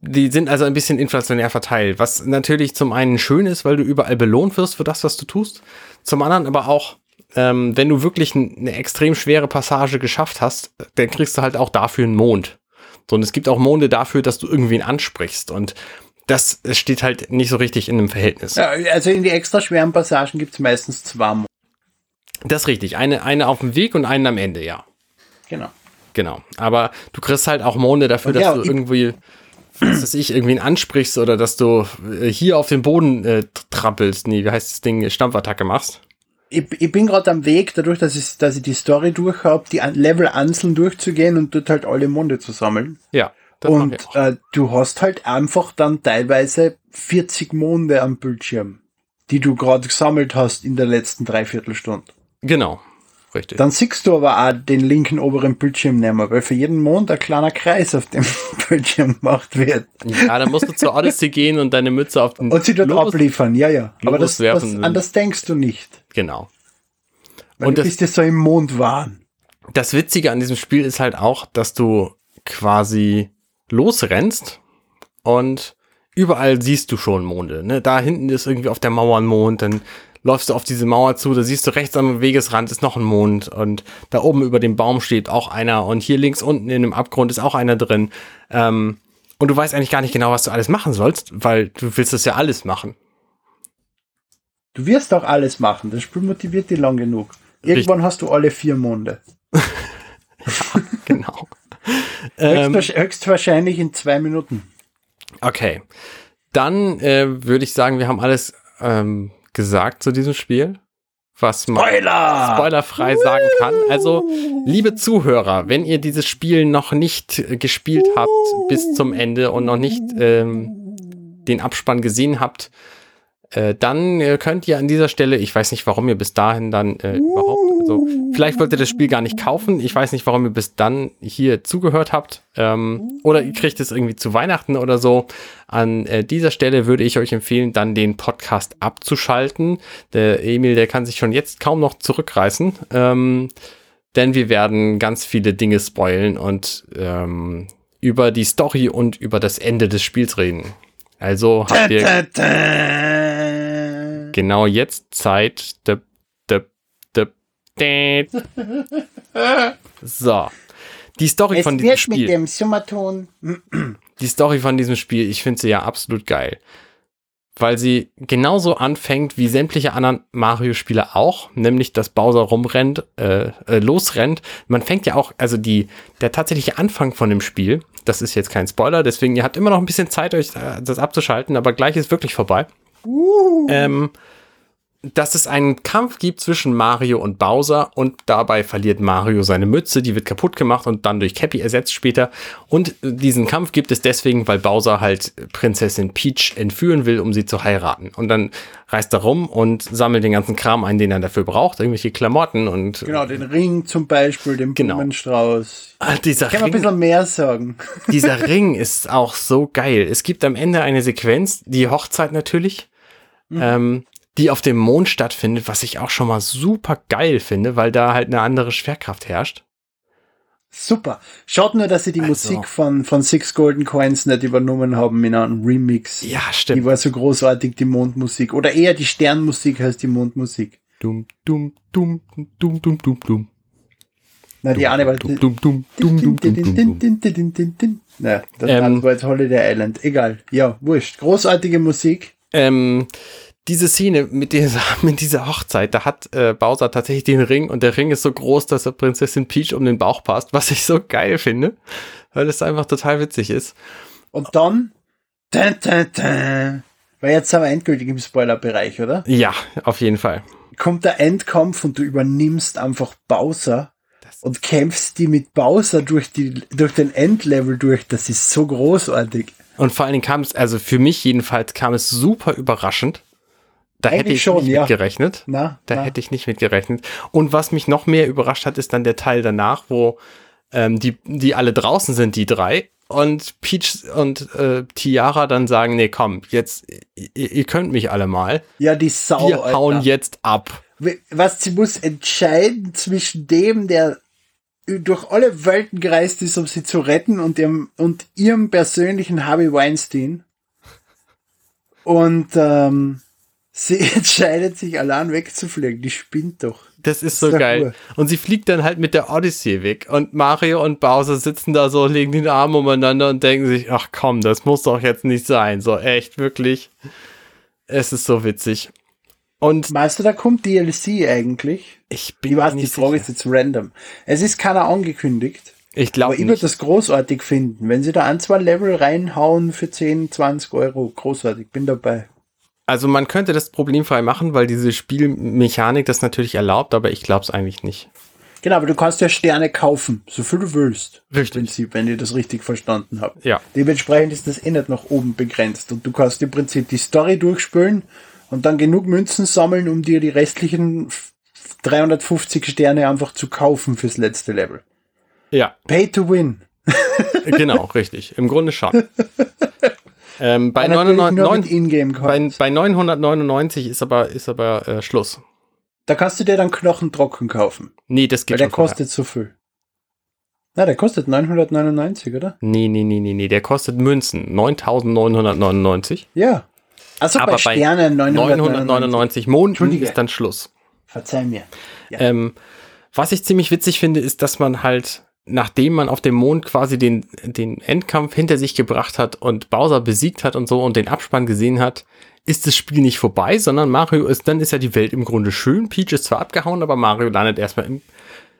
Speaker 1: die sind also ein bisschen inflationär verteilt, was natürlich zum einen schön ist, weil du überall belohnt wirst für das, was du tust. Zum anderen aber auch, ähm, wenn du wirklich n- eine extrem schwere Passage geschafft hast, dann kriegst du halt auch dafür einen Mond. So, und es gibt auch Monde dafür, dass du irgendwen ansprichst. Und das steht halt nicht so richtig in einem Verhältnis.
Speaker 2: Ja, also in die extra schweren Passagen gibt's meistens zwei Monde.
Speaker 1: Das ist richtig. Eine, eine auf dem Weg und einen am Ende, ja.
Speaker 2: Genau.
Speaker 1: Genau. Aber du kriegst halt auch Monde dafür,
Speaker 2: Und
Speaker 1: dass
Speaker 2: ja,
Speaker 1: du
Speaker 2: ich-
Speaker 1: irgendwie, was weiß ich, irgendwen ansprichst oder dass du äh, hier auf den Boden äh, tr- trampelst. Nee, wie heißt das Ding? Stampfattacke machst.
Speaker 2: Ich, ich bin gerade am Weg, dadurch, dass ich, dass ich die Story durch habe, die an- Level einzeln durchzugehen und dort halt alle Monde zu sammeln.
Speaker 1: Ja. Das machen wir
Speaker 2: Und
Speaker 1: auch.
Speaker 2: äh, du hast halt einfach dann teilweise 40 Monde am Bildschirm, die du gerade gesammelt hast in der letzten Dreiviertelstunde.
Speaker 1: Genau. Richtig.
Speaker 2: Dann siehst du aber auch den linken oberen Bildschirm nicht mehr, weil für jeden Mond ein kleiner Kreis auf dem Bildschirm gemacht wird.
Speaker 1: Ja, dann musst du zur Odyssey gehen und deine Mütze auf den
Speaker 2: Und sie dort
Speaker 1: Globus-
Speaker 2: abliefern, ja, ja. Aber
Speaker 1: Globus
Speaker 2: das,
Speaker 1: werfen
Speaker 2: das,
Speaker 1: sind-
Speaker 2: an das denkst du nicht.
Speaker 1: Genau.
Speaker 2: Weil
Speaker 1: Und
Speaker 2: du
Speaker 1: das-
Speaker 2: bist ja so im Mond waren.
Speaker 1: das Witzige an diesem Spiel ist halt auch, dass du quasi losrennst und überall siehst du schon Monde. Ne? Da hinten ist irgendwie auf der Mauer ein Mond, dann läufst du auf diese Mauer zu, da siehst du rechts am Wegesrand ist noch ein Mond und da oben über dem Baum steht auch einer und hier links unten in dem Abgrund ist auch einer drin. Ähm, und du weißt eigentlich gar nicht genau, was du alles machen sollst, weil du willst das ja alles machen.
Speaker 2: Du wirst auch alles machen. Das Spiel motiviert dich lang genug. Irgendwann hast du alle vier Monde.
Speaker 1: genau. Ähm,
Speaker 2: Höchstwahrsch- Höchstwahrscheinlich in zwei Minuten.
Speaker 1: Okay. Dann äh, würde ich sagen, wir haben alles ähm, gesagt zu diesem Spiel, was man
Speaker 2: Spoiler!
Speaker 1: spoilerfrei sagen kann. Also, liebe Zuhörer, wenn ihr dieses Spiel noch nicht äh, gespielt habt bis zum Ende und noch nicht ähm, den Abspann gesehen habt, äh, dann äh, könnt ihr an dieser Stelle, ich weiß nicht, warum ihr bis dahin dann äh, überhaupt, also vielleicht wollt ihr das Spiel gar nicht kaufen, ich weiß nicht, warum ihr bis dann hier zugehört habt, ähm, oder ihr kriegt es irgendwie zu Weihnachten oder so. An äh, dieser Stelle würde ich euch empfehlen, dann den Podcast abzuschalten. Der Emil, der kann sich schon jetzt kaum noch zurückreißen, ähm, denn wir werden ganz viele Dinge spoilen und ähm, über die Story und über das Ende des Spiels reden. Also habt ihr
Speaker 2: Spoiler!
Speaker 1: genau jetzt Zeit. Döp, döp, döp, dät. So. Die Story
Speaker 2: Es
Speaker 1: von diesem
Speaker 2: wird mit
Speaker 1: Spiel.
Speaker 2: dem Summerton.
Speaker 1: Die Story von diesem Spiel, ich finde sie ja absolut geil. Weil sie genauso anfängt wie sämtliche anderen Mario-Spiele auch, nämlich dass Bowser rumrennt, äh, äh, losrennt. Man fängt ja auch, also die, der tatsächliche Anfang von dem Spiel, das ist jetzt kein Spoiler, deswegen ihr habt immer noch ein bisschen Zeit, euch äh, das abzuschalten, aber gleich ist wirklich vorbei. Ähm, dass es einen Kampf gibt zwischen Mario und Bowser und dabei verliert Mario seine Mütze, die wird kaputt gemacht und dann durch Cappy ersetzt später. Und diesen Kampf gibt es deswegen, weil Bowser halt Prinzessin Peach entführen will, um sie zu heiraten. Und dann reist er rum und sammelt den ganzen Kram ein, den er dafür braucht, irgendwelche Klamotten und
Speaker 2: Genau, den Ring zum Beispiel, den
Speaker 1: Genau.
Speaker 2: Blumenstrauß.
Speaker 1: Ah, dieser
Speaker 2: Kann man ein
Speaker 1: Ring-
Speaker 2: bisschen mehr sagen.
Speaker 1: dieser Ring ist auch so geil. Es gibt am Ende eine Sequenz, die Hochzeit natürlich,
Speaker 2: Mhm.
Speaker 1: ähm, die auf dem Mond stattfindet, was ich auch schon mal super geil finde, weil da halt eine andere Schwerkraft herrscht.
Speaker 2: Super. Schaut nur, dass sie
Speaker 1: Also.
Speaker 2: die Musik von, von Six Golden Coins nicht übernommen haben in einem Remix.
Speaker 1: Ja,
Speaker 2: Die
Speaker 1: stimmt.
Speaker 2: war so großartig, die Mondmusik. Oder eher die Sternmusik heißt die Mondmusik.
Speaker 1: Dum, dum, dum, dum, dum, dum, dum.
Speaker 2: Na, die eine war.
Speaker 1: Dum, dum, dum, dum, dum, dum, dum, dum.
Speaker 2: Na, das
Speaker 1: Ähm.
Speaker 2: andere war jetzt Holiday Island. Egal. Ja, wurscht. Großartige Musik.
Speaker 1: Ähm, diese Szene mit dieser, mit dieser Hochzeit, da hat äh, Bowser tatsächlich den Ring und der Ring ist so groß, dass er Prinzessin Peach um den Bauch passt, was ich so geil finde, weil es einfach total witzig ist.
Speaker 2: Und dann. Tän, tän, tän. Weil jetzt sind wir endgültig im Spoilerbereich, oder?
Speaker 1: Ja, auf jeden Fall.
Speaker 2: Kommt der Endkampf und du übernimmst einfach Bowser
Speaker 1: Das-
Speaker 2: und kämpfst die mit Bowser durch, die, durch den Endlevel durch. Das ist so großartig.
Speaker 1: Und vor allen Dingen kam es, also für mich jedenfalls, kam es super überraschend. Da hätte
Speaker 2: Eigentlich
Speaker 1: ich
Speaker 2: schon,
Speaker 1: nicht
Speaker 2: ja.
Speaker 1: mit gerechnet.
Speaker 2: Na,
Speaker 1: Da
Speaker 2: na.
Speaker 1: hätte ich nicht mit gerechnet. Und was mich noch mehr überrascht hat, ist dann der Teil danach, wo ähm, die, die alle draußen sind, die drei. Und Peach und äh, Tiara dann sagen, nee, komm, jetzt, ihr, ihr könnt mich alle mal.
Speaker 2: Ja, die Sau.
Speaker 1: Wir hauen
Speaker 2: Oh, Alter.
Speaker 1: jetzt ab.
Speaker 2: We- was sie muss entscheiden zwischen dem, der durch alle Welten gereist ist, um sie zu retten und ihrem, und ihrem persönlichen Harvey Weinstein. Und ähm, sie entscheidet sich allein wegzufliegen. Die spinnt doch.
Speaker 1: Das ist so
Speaker 2: ist doch
Speaker 1: geil.
Speaker 2: cool.
Speaker 1: Und sie fliegt dann halt mit der Odyssey weg. Und Mario und Bowser sitzen da so, legen den Arm umeinander und denken sich, ach komm, das muss doch jetzt nicht sein. So echt, wirklich. Es ist so witzig. Und
Speaker 2: Meinst du, da kommt DLC eigentlich?
Speaker 1: ich bin
Speaker 2: Ich weiß, die
Speaker 1: nicht
Speaker 2: Frage ist
Speaker 1: sicher.
Speaker 2: jetzt random. Es ist keiner angekündigt.
Speaker 1: Ich
Speaker 2: Aber
Speaker 1: glaube
Speaker 2: ich würde
Speaker 1: nicht.
Speaker 2: das großartig finden. Wenn sie da ein, zwei Level reinhauen für 10, 20 Euro, großartig, bin dabei.
Speaker 1: Also man könnte das problemfrei machen, weil diese Spielmechanik das natürlich erlaubt, aber ich glaube es eigentlich nicht.
Speaker 2: Genau, aber du kannst ja Sterne kaufen, so viel du willst.
Speaker 1: Richtig.
Speaker 2: Im Prinzip, wenn ich das richtig verstanden habe.
Speaker 1: Ja.
Speaker 2: Dementsprechend ist das eh nicht nach oben begrenzt. Und du kannst im Prinzip die Story durchspielen und dann genug Münzen sammeln, um dir die restlichen f- 350 Sterne einfach zu kaufen fürs letzte Level.
Speaker 1: Ja,
Speaker 2: Pay to win.
Speaker 1: genau, richtig. Im Grunde schon. ähm, bei,
Speaker 2: Natürlich nur
Speaker 1: 99,
Speaker 2: mit Ingame
Speaker 1: bei,
Speaker 2: kaufen.
Speaker 1: bei 999 ist aber, ist aber äh, Schluss.
Speaker 2: Da kannst du dir dann Knochen trocken kaufen,
Speaker 1: Nee, das geht
Speaker 2: weil der
Speaker 1: schon vorher.
Speaker 2: kostet so viel. Na, der kostet 999, oder?
Speaker 1: Nee, nee, nee, nee, nee. Der kostet Münzen. 9999.
Speaker 2: Ja. Also
Speaker 1: Aber
Speaker 2: bei
Speaker 1: bei
Speaker 2: Sternen 999.
Speaker 1: 999 Monden
Speaker 2: Entschuldige.
Speaker 1: ist dann Schluss.
Speaker 2: Verzeih mir. Ja.
Speaker 1: Ähm, was ich ziemlich witzig finde, ist, dass man halt, nachdem man auf dem Mond quasi den, den Endkampf hinter sich gebracht hat und Bowser besiegt hat und so und den Abspann gesehen hat, ist das Spiel nicht vorbei, sondern Mario ist, dann ist ja die Welt im Grunde schön. Peach ist zwar abgehauen, aber Mario landet erstmal im,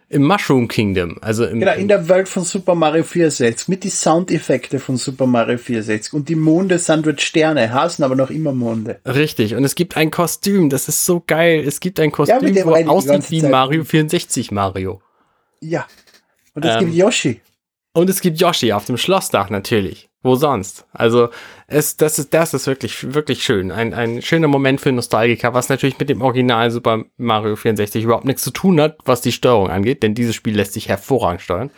Speaker 1: im Mushroom Kingdom. Also im,
Speaker 2: Genau, in der Welt von Super Mario 64 mit die Soundeffekte von Super Mario 64 und die Monde sind dort Sterne, heißen aber noch immer Monde.
Speaker 1: Richtig, und es gibt ein Kostüm, das ist so geil. Es gibt ein
Speaker 2: mit
Speaker 1: Kostüm,
Speaker 2: dem
Speaker 1: wo
Speaker 2: reite ich die
Speaker 1: aussieht
Speaker 2: ganze
Speaker 1: wie
Speaker 2: Zeit.
Speaker 1: Mario 64 Mario.
Speaker 2: Ja. Und es
Speaker 1: Ähm.
Speaker 2: gibt Yoshi.
Speaker 1: Und es gibt Yoshi auf dem Schlossdach natürlich. Wo sonst? Also, es, das ist, das ist wirklich, wirklich schön. Ein, ein schöner Moment für Nostalgiker, was natürlich mit dem Original Super Mario 64 überhaupt nichts zu tun hat, was die Steuerung angeht, denn dieses Spiel lässt sich hervorragend steuern.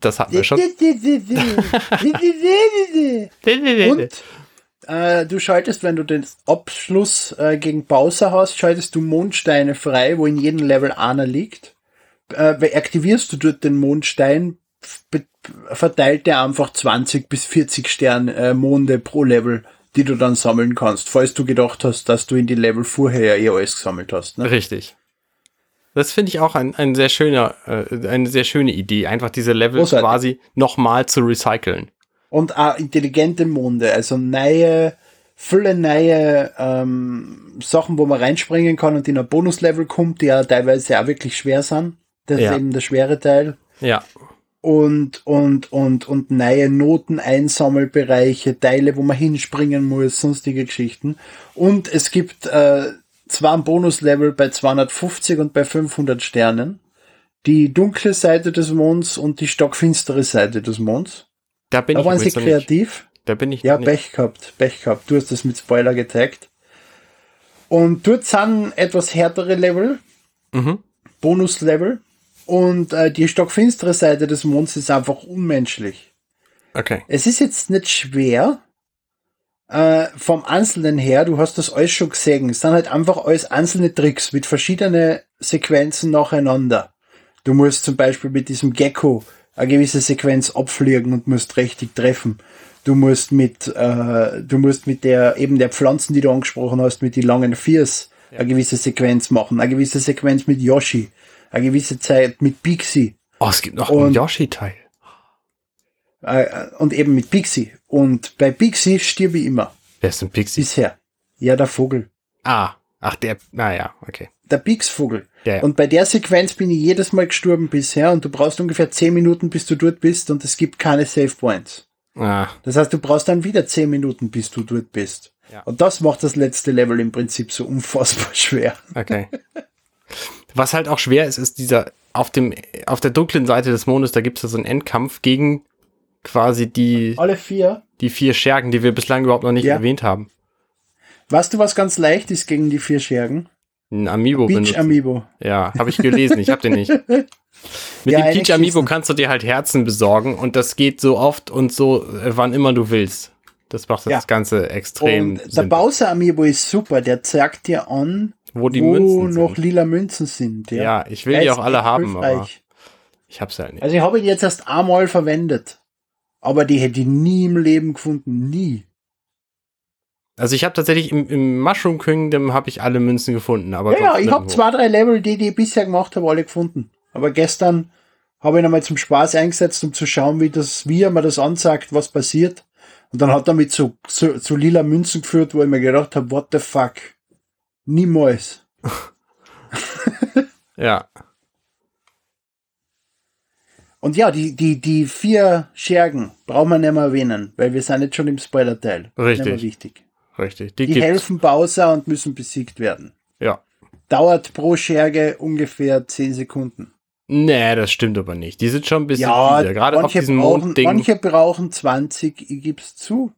Speaker 1: Das hatten wir schon.
Speaker 2: Und äh, du schaltest, wenn du den Abschluss äh, gegen Bowser hast, schaltest du Mondsteine frei, wo in jedem Level einer liegt. Äh, we- aktivierst du dort den Mondstein, be- verteilt der einfach 20 bis 40 Sterne äh, Monde pro Level, die du dann sammeln kannst, falls du gedacht hast, dass du in die Level vorher ja eh alles gesammelt hast. Ne?
Speaker 1: Richtig. Das finde ich auch ein, ein sehr schöner, äh, eine sehr schöne Idee, einfach diese Level
Speaker 2: Großartig.
Speaker 1: quasi nochmal zu recyceln.
Speaker 2: Und auch intelligente Monde, also neue, viele neue ähm, Sachen, wo man reinspringen kann und in ein Bonuslevel kommt, die ja teilweise auch wirklich schwer sind. Das
Speaker 1: Ja.
Speaker 2: ist eben der schwere Teil.
Speaker 1: Ja,
Speaker 2: Und, und, und, und neue Noteneinsammelbereiche, Teile, wo man hinspringen muss, sonstige Geschichten. Und es gibt äh, zwar ein Bonuslevel bei 250 und bei 500 Sternen. Die dunkle Seite des Monds und die stockfinstere Seite des Monds.
Speaker 1: da bin
Speaker 2: Da
Speaker 1: ich
Speaker 2: waren sie
Speaker 1: übrigens noch nicht.
Speaker 2: kreativ.
Speaker 1: Da bin ich
Speaker 2: Ja,
Speaker 1: noch nicht.
Speaker 2: Pech gehabt, Pech gehabt. Du hast das mit Spoiler getaggt. Und dort sind etwas härtere Level,
Speaker 1: Mhm.
Speaker 2: Bonuslevel. Und äh, die stockfinstere Seite des Monds ist einfach unmenschlich.
Speaker 1: Okay.
Speaker 2: Es ist jetzt nicht schwer äh, vom Einzelnen her. Du hast das alles schon gesehen. Es sind halt einfach alles einzelne Tricks mit verschiedenen Sequenzen nacheinander. Du musst zum Beispiel mit diesem Gecko eine gewisse Sequenz abfliegen und musst richtig treffen. Du musst mit, äh, du musst mit der, eben der Pflanzen, die du angesprochen hast, mit die langen Viers eine gewisse Sequenz machen, eine gewisse Sequenz mit Yoshi, eine gewisse Zeit mit Pixie
Speaker 1: Oh, es gibt noch einen
Speaker 2: Und-
Speaker 1: Yoshi-Teil.
Speaker 2: äh, und eben mit Pixie. Und bei Pixie stirbe ich immer.
Speaker 1: Wer ist denn Pixie?
Speaker 2: Bisher. Ja, der Vogel.
Speaker 1: ah, ach der, naja, okay.
Speaker 2: Der Pixvogel.
Speaker 1: Ja, ja.
Speaker 2: Und bei der Sequenz bin ich jedes Mal gestorben bisher und du brauchst ungefähr 10 Minuten, bis du dort bist und es gibt keine Save Points.
Speaker 1: Ah,
Speaker 2: Das heißt, du brauchst dann wieder 10 Minuten, bis du dort bist.
Speaker 1: Ja.
Speaker 2: Und das macht das letzte Level im Prinzip so unfassbar schwer.
Speaker 1: okay. Was halt auch schwer ist, ist dieser, auf dem, auf der dunklen Seite des Mondes, da gibt es ja so einen Endkampf gegen quasi die,
Speaker 2: Alle vier.
Speaker 1: die vier Schergen, die wir bislang überhaupt noch nicht
Speaker 2: Ja.
Speaker 1: erwähnt haben.
Speaker 2: Weißt du, was ganz leicht ist gegen die vier Schergen?
Speaker 1: Ein Amiibo
Speaker 2: Beach
Speaker 1: benutzen.
Speaker 2: Amiibo.
Speaker 1: Ja, habe ich gelesen, ich habe den nicht. Mit
Speaker 2: Ja,
Speaker 1: dem
Speaker 2: einen
Speaker 1: Peach Amiibo
Speaker 2: schießen.
Speaker 1: kannst du dir halt Herzen besorgen und das geht so oft und so, äh, wann immer du willst. Das macht
Speaker 2: Ja.
Speaker 1: das Ganze extrem
Speaker 2: Und der Bowser Amiibo ist super, der zeigt dir an,
Speaker 1: Wo die
Speaker 2: wo
Speaker 1: Münzen
Speaker 2: noch
Speaker 1: sind.
Speaker 2: lila Münzen sind.
Speaker 1: Ja, ich will die
Speaker 2: Der
Speaker 1: auch
Speaker 2: ist
Speaker 1: alle
Speaker 2: echt
Speaker 1: haben, aber
Speaker 2: hilfreich.
Speaker 1: ich hab's halt nicht.
Speaker 2: Also ich habe ihn jetzt erst einmal verwendet. Aber die hätte ich nie im Leben gefunden. Nie.
Speaker 1: Also ich habe tatsächlich im, im Mushroom Kingdom habe ich alle Münzen gefunden, aber
Speaker 2: Ja, ja,
Speaker 1: sonst
Speaker 2: ich habe
Speaker 1: nirgendwo.
Speaker 2: zwei, drei Level, die, die ich bisher gemacht habe, alle gefunden. Aber gestern habe ich ihn einmal zum Spaß eingesetzt, um zu schauen, wie das, wie er mir das ansagt, was passiert. Und dann hat er mit so, so, so lila Münzen geführt, wo ich mir gedacht habe, what the fuck? Niemals.
Speaker 1: Ja,
Speaker 2: Und ja, die, die, die vier Schergen brauchen wir nicht mehr erwähnen, weil wir sind jetzt schon im Spoiler-Teil.
Speaker 1: Richtig.
Speaker 2: Nicht mehr wichtig.
Speaker 1: richtig. Die,
Speaker 2: Die
Speaker 1: gibt's.
Speaker 2: helfen Bowser und müssen besiegt werden.
Speaker 1: Ja.
Speaker 2: dauert pro Scherge ungefähr 10 Sekunden.
Speaker 1: Nee, das stimmt aber nicht. Die sind schon ein bisschen fieser. gerade auf
Speaker 2: manche,
Speaker 1: diesem
Speaker 2: brauchen,
Speaker 1: Mondding.
Speaker 2: manche brauchen 20, ich gib's zu.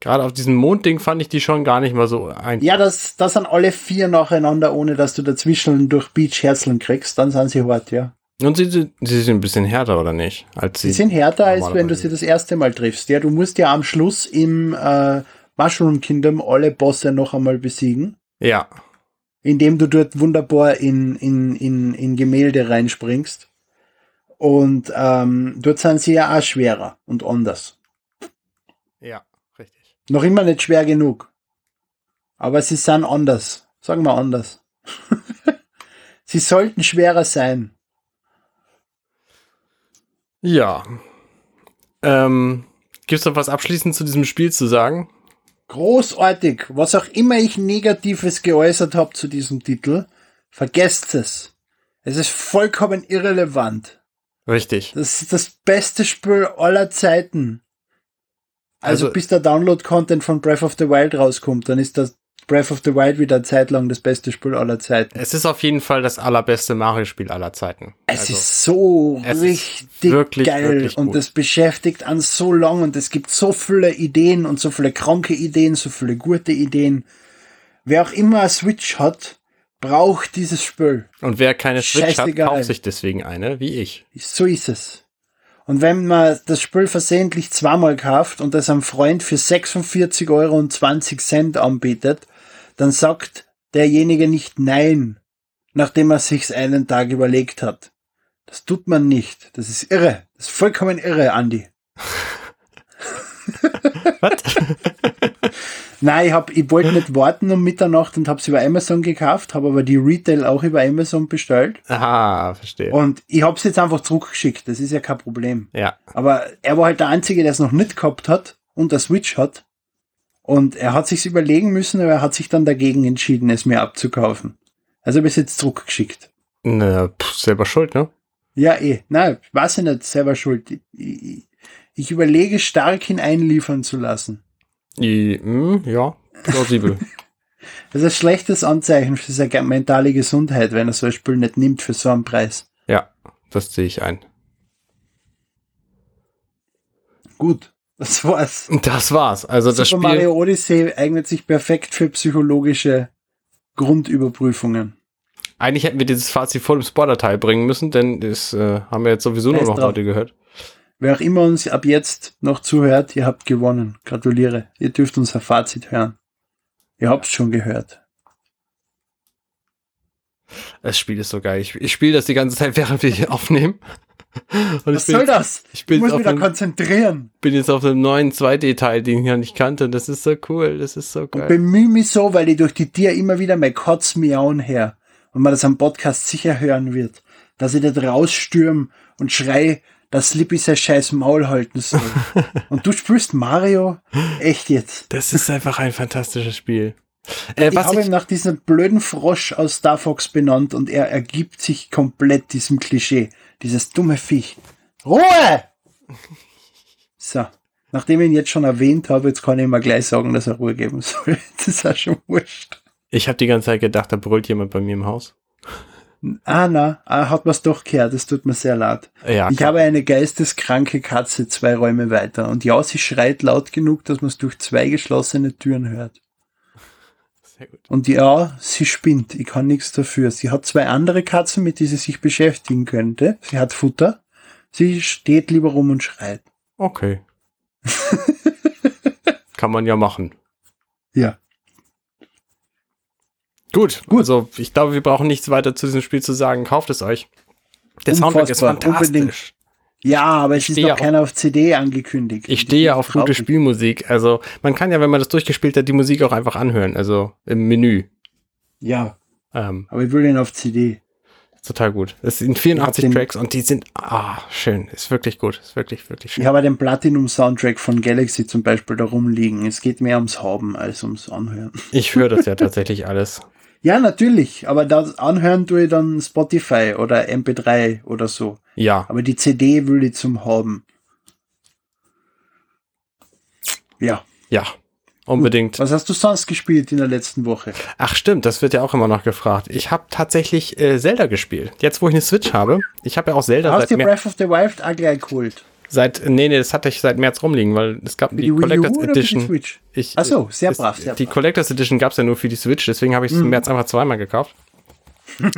Speaker 1: Gerade auf diesem Mondding fand ich die schon gar nicht mal so ein.
Speaker 2: Ja, das, das sind alle vier nacheinander, ohne dass du dazwischen durch Beach Herzeln kriegst, dann sind sie hart, ja.
Speaker 1: Und sie, sind- sie sind ein bisschen härter oder nicht? Als sie
Speaker 2: Die sind härter, als wenn du
Speaker 1: normalerweise.
Speaker 2: sie das erste Mal triffst. Ja, du musst ja am Schluss im äh, Mushroom Kingdom alle Bosse noch einmal besiegen.
Speaker 1: Ja,
Speaker 2: indem du dort wunderbar in, in, in, in Gemälde reinspringst. Und ähm, dort sind sie ja auch schwerer und anders.
Speaker 1: Ja, richtig.
Speaker 2: Noch immer nicht schwer genug. Aber sie sind anders. Sagen wir anders. sie sollten schwerer sein.
Speaker 1: Ja. Ähm, Gibt es noch was abschließend zu diesem Spiel zu sagen?
Speaker 2: Großartig. Was auch immer ich Negatives geäußert habe zu diesem Titel, vergesst es. Es ist vollkommen irrelevant.
Speaker 1: Richtig.
Speaker 2: Das ist das beste Spiel aller Zeiten. Also,
Speaker 1: Also-
Speaker 2: bis der Download-Content von Breath of the Wild rauskommt, dann ist das Breath of the Wild wieder zeitlang das beste Spiel aller Zeiten.
Speaker 1: Es ist auf jeden Fall das allerbeste Mario-Spiel aller Zeiten.
Speaker 2: Es
Speaker 1: Also,
Speaker 2: ist so
Speaker 1: es ist
Speaker 2: richtig
Speaker 1: wirklich,
Speaker 2: geil
Speaker 1: wirklich
Speaker 2: und
Speaker 1: gut.
Speaker 2: das beschäftigt an so lang und es gibt so viele Ideen und so viele kranke Ideen, so viele gute Ideen. Wer auch immer eine Switch hat, braucht dieses Spiel.
Speaker 1: Und wer keine Switch
Speaker 2: Scheißegal.
Speaker 1: hat, kauft sich deswegen eine, wie ich.
Speaker 2: So ist es. Und wenn man das Spiel versehentlich zweimal kauft und das einem Freund für 46,20 Euro anbietet, dann sagt derjenige nicht Nein, nachdem er sich's einen Tag überlegt hat. Das tut man nicht. Das ist irre. Das ist vollkommen irre, Andi.
Speaker 1: Was?
Speaker 2: Nein, ich, hab, ich wollte nicht warten um Mitternacht und hab's über Amazon gekauft, habe aber die Retail auch über Amazon bestellt.
Speaker 1: Aha, verstehe.
Speaker 2: Und ich hab's jetzt einfach zurückgeschickt. Das ist ja kein Problem.
Speaker 1: ja.
Speaker 2: Aber er war halt der Einzige, der es noch nicht gehabt hat und der Switch hat. Und er hat sich's überlegen müssen, aber er hat sich dann dagegen entschieden, es mir abzukaufen. Also bis jetzt zurückgeschickt.
Speaker 1: Ne, pff, selber schuld, ne?
Speaker 2: Ja, eh. Nein, weiß ich nicht, selber schuld. Ich, ich, ich überlege stark ihn einliefern zu lassen.
Speaker 1: I, mm, ja, plausibel.
Speaker 2: Das ist ein schlechtes Anzeichen für seine mentale Gesundheit, wenn er so ein Spiel nicht nimmt für so einen Preis.
Speaker 1: ja, das sehe ich ein.
Speaker 2: Gut, das war's.
Speaker 1: Und Das war's. Also das
Speaker 2: Super
Speaker 1: Spiel.
Speaker 2: Mario Odyssey eignet sich perfekt für psychologische Grundüberprüfungen.
Speaker 1: Eigentlich hätten wir dieses Fazit vor dem Spoiler-Teil bringen müssen, denn das äh, haben wir jetzt sowieso nur
Speaker 2: Scheiß
Speaker 1: noch
Speaker 2: drauf.
Speaker 1: Leute gehört.
Speaker 2: Wer auch immer uns ab jetzt noch zuhört, ihr habt gewonnen. Gratuliere. Ihr dürft unser Fazit hören. Ihr habt's schon gehört.
Speaker 1: Das Spiel ist so geil. Ich, ich spiele das die ganze Zeit, während wir hier aufnehmen. Und
Speaker 2: Was
Speaker 1: ich bin,
Speaker 2: soll das?
Speaker 1: Ich
Speaker 2: Ich
Speaker 1: bin,
Speaker 2: muss
Speaker 1: jetzt
Speaker 2: mich
Speaker 1: auf
Speaker 2: da
Speaker 1: einem,
Speaker 2: konzentrieren
Speaker 1: bin jetzt auf einem neuen 2D-Teil, den ich noch nicht kannte. Das ist so cool. Das ist so
Speaker 2: und
Speaker 1: geil.
Speaker 2: bemühe mich so, weil ich durch die Tier immer wieder mein Kotzmiauen her und man das am Podcast sicher hören wird, dass ich dort rausstürm und schrei, dass Slippy sein scheiß Maul halten soll. und du spürst Mario? Echt jetzt?
Speaker 1: Das ist einfach ein fantastisches Spiel. Äh,
Speaker 2: Ich
Speaker 1: was
Speaker 2: habe ihn
Speaker 1: ich,
Speaker 2: nach diesem blöden Frosch aus Star Fox benannt und er ergibt sich komplett diesem Klischee. Dieses dumme Viech. Ruhe! So. Nachdem ich ihn jetzt schon erwähnt habe, jetzt kann ich mal gleich sagen, dass er Ruhe geben soll. Das ist auch schon wurscht.
Speaker 1: ich habe die ganze Zeit gedacht, da brüllt jemand bei mir im Haus.
Speaker 2: Ah, na, ah, hat was doch gehört. Das tut mir sehr leid.
Speaker 1: Ja,
Speaker 2: Ich habe eine geisteskranke Katze zwei Räume weiter. Und ja, sie schreit laut genug, dass man es durch zwei geschlossene Türen hört.
Speaker 1: sehr gut.
Speaker 2: Und ja, sie spinnt. Ich kann nichts dafür. Sie hat zwei andere Katzen, mit denen sie sich beschäftigen könnte. Sie hat Futter. Sie steht lieber rum und schreit.
Speaker 1: Okay. Kann man ja machen.
Speaker 2: Ja.
Speaker 1: Gut,
Speaker 2: Gut.
Speaker 1: gut. Also ich glaube, wir brauchen nichts weiter zu diesem Spiel zu sagen. Kauft es euch. Der Soundtrack ist
Speaker 2: Unfassbar,
Speaker 1: fantastisch.
Speaker 2: unbedingt. Ja, aber es ist
Speaker 1: stehe
Speaker 2: noch
Speaker 1: auf-
Speaker 2: keiner auf CD angekündigt.
Speaker 1: Ich stehe ja auf gute
Speaker 2: Traurig.
Speaker 1: Spielmusik. Also man kann ja, wenn man das durchgespielt hat, die Musik auch einfach anhören. Also im Menü.
Speaker 2: Ja,
Speaker 1: Ähm,
Speaker 2: aber ich will den auf CD.
Speaker 1: total gut. Es sind 84
Speaker 2: Ich hab den-
Speaker 1: Tracks und die sind ah, schön. Ist wirklich gut. Ist wirklich, wirklich schön.
Speaker 2: Ich habe ja den Platinum-Soundtrack von Galaxy zum Beispiel da rumliegen. Es geht mehr ums Haben als ums Anhören.
Speaker 1: Ich höre das ja tatsächlich alles.
Speaker 2: Ja, natürlich, aber das Anhören tue ich dann Spotify oder MP3 oder so.
Speaker 1: Ja.
Speaker 2: Aber die CD will ich zum Haben. Ja.
Speaker 1: Ja. Unbedingt.
Speaker 2: Was hast du sonst gespielt in der letzten Woche?
Speaker 1: Ach stimmt, das wird ja auch immer noch gefragt. Ich habe tatsächlich äh, Zelda gespielt. Jetzt, wo ich eine Switch habe, ich habe ja auch Zelda
Speaker 2: hast
Speaker 1: seit
Speaker 2: du
Speaker 1: mehr,
Speaker 2: Breath of the Wild auch gleich geholt?
Speaker 1: seit nee, nee, das hatte ich seit März rumliegen, weil es gab
Speaker 2: Für
Speaker 1: die,
Speaker 2: die Wii
Speaker 1: Collectors
Speaker 2: U oder für die
Speaker 1: Edition.
Speaker 2: Switch?
Speaker 1: Ich,
Speaker 2: Ach so, sehr
Speaker 1: es-
Speaker 2: brav, sehr
Speaker 1: Die
Speaker 2: brav. Mhm.
Speaker 1: Collectors Edition gab es ja nur für die Switch, deswegen habe ich es im März einfach zweimal gekauft.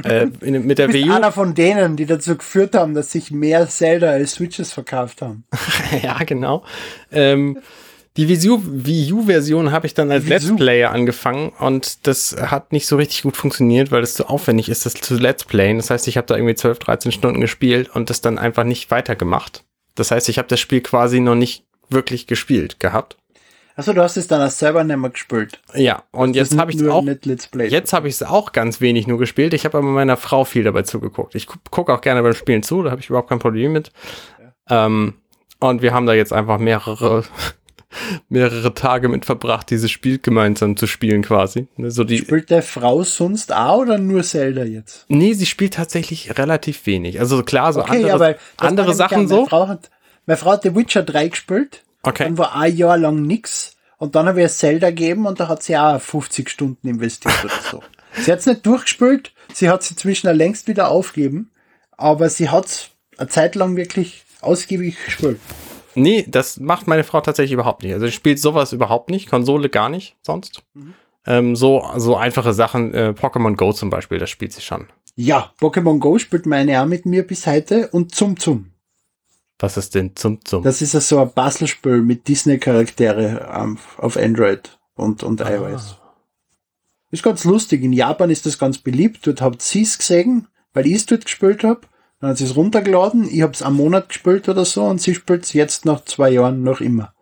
Speaker 1: äh, in, mit der
Speaker 2: Du bist
Speaker 1: Wii U.
Speaker 2: einer von denen, die dazu geführt haben, dass sich mehr Zelda als Switches verkauft haben.
Speaker 1: ja, genau. Ähm, Die Wii U- Wii U-Version habe ich dann als
Speaker 2: Wieso?
Speaker 1: Let's Player angefangen und das hat nicht so richtig gut funktioniert, weil es zu aufwendig ist, das zu Let's Playen. Das heißt, ich habe da irgendwie 12, 13 Stunden gespielt und das dann einfach nicht weitergemacht. Das heißt, ich habe das Spiel quasi noch nicht wirklich gespielt gehabt.
Speaker 2: Achso, du hast es dann auch selber nicht mehr gespielt.
Speaker 1: Ja, und jetzt habe ich es
Speaker 2: Nur
Speaker 1: auch
Speaker 2: mit Let's Play.
Speaker 1: Jetzt habe ich es auch ganz wenig nur gespielt. Ich habe aber meiner Frau viel dabei zugeguckt. Ich gucke auch gerne beim Spielen zu, da habe ich überhaupt kein Problem mit. Ähm, und wir haben da jetzt einfach mehrere, mehrere Tage mit verbracht, dieses Spiel gemeinsam zu spielen quasi. Ne, So die,
Speaker 2: Spielt der Frau sonst auch oder nur Zelda jetzt?
Speaker 1: nee, sie spielt tatsächlich relativ wenig. Also klar, so
Speaker 2: Okay,
Speaker 1: andere,
Speaker 2: aber das meine
Speaker 1: andere
Speaker 2: ich
Speaker 1: Sachen
Speaker 2: ja.
Speaker 1: so.
Speaker 2: Meine Frau, hat, meine Frau hat The Witcher 3 gespielt.
Speaker 1: Okay.
Speaker 2: Dann war ein Jahr lang nix. Und dann habe ich ihr Zelda gegeben und da hat sie auch 50 Stunden investiert oder so. Sie hat es nicht durchgespielt. Sie hat sie zwischen längst wieder aufgeben. Aber sie hat es eine Zeit lang wirklich ausgiebig gespielt.
Speaker 1: Nee, das macht meine Frau tatsächlich überhaupt nicht. Also sie spielt sowas überhaupt nicht, Konsole gar nicht, sonst.
Speaker 2: Mhm.
Speaker 1: Ähm, so, so einfache Sachen, äh, Pokémon Go zum Beispiel, das spielt sie schon.
Speaker 2: Ja, Pokémon Go spielt meine auch mit mir bis heute und Zum Zum.
Speaker 1: Was ist denn zum zum?
Speaker 2: Das ist ja so ein Puzzlespiel mit Disney-Charaktere ähm, auf Android und, und iOS. Ist ganz lustig. In Japan ist das ganz beliebt. Dort habt sie es gesehen, weil ich es dort gespielt hab. Dann hat sie es runtergeladen. Ich hab's einen Monat gespielt oder so und sie spielt's jetzt nach zwei Jahren noch immer.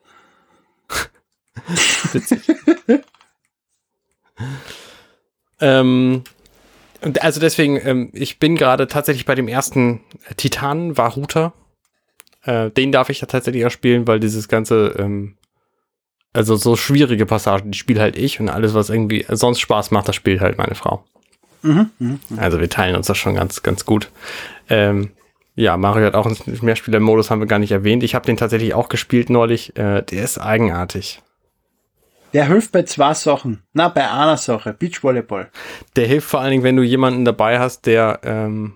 Speaker 1: Ähm, und also deswegen, ähm, ich bin gerade tatsächlich bei dem ersten Titan, Varuta. Äh, den darf ich ja tatsächlich auch spielen, weil dieses ganze, ähm, also so schwierige Passagen, die spiele halt ich und alles, was irgendwie sonst Spaß macht, das spielt halt meine Frau. Also wir teilen uns das schon ganz, ganz gut. Ähm, ja, Mario hat auch einen Mehrspieler-Modus, haben wir gar nicht erwähnt. Ich habe den tatsächlich auch gespielt neulich. Äh, der ist eigenartig.
Speaker 2: Der hilft bei zwei Sachen. Na, bei einer Sache. Beachvolleyball.
Speaker 1: Der hilft vor allen Dingen, wenn du jemanden dabei hast, der ähm,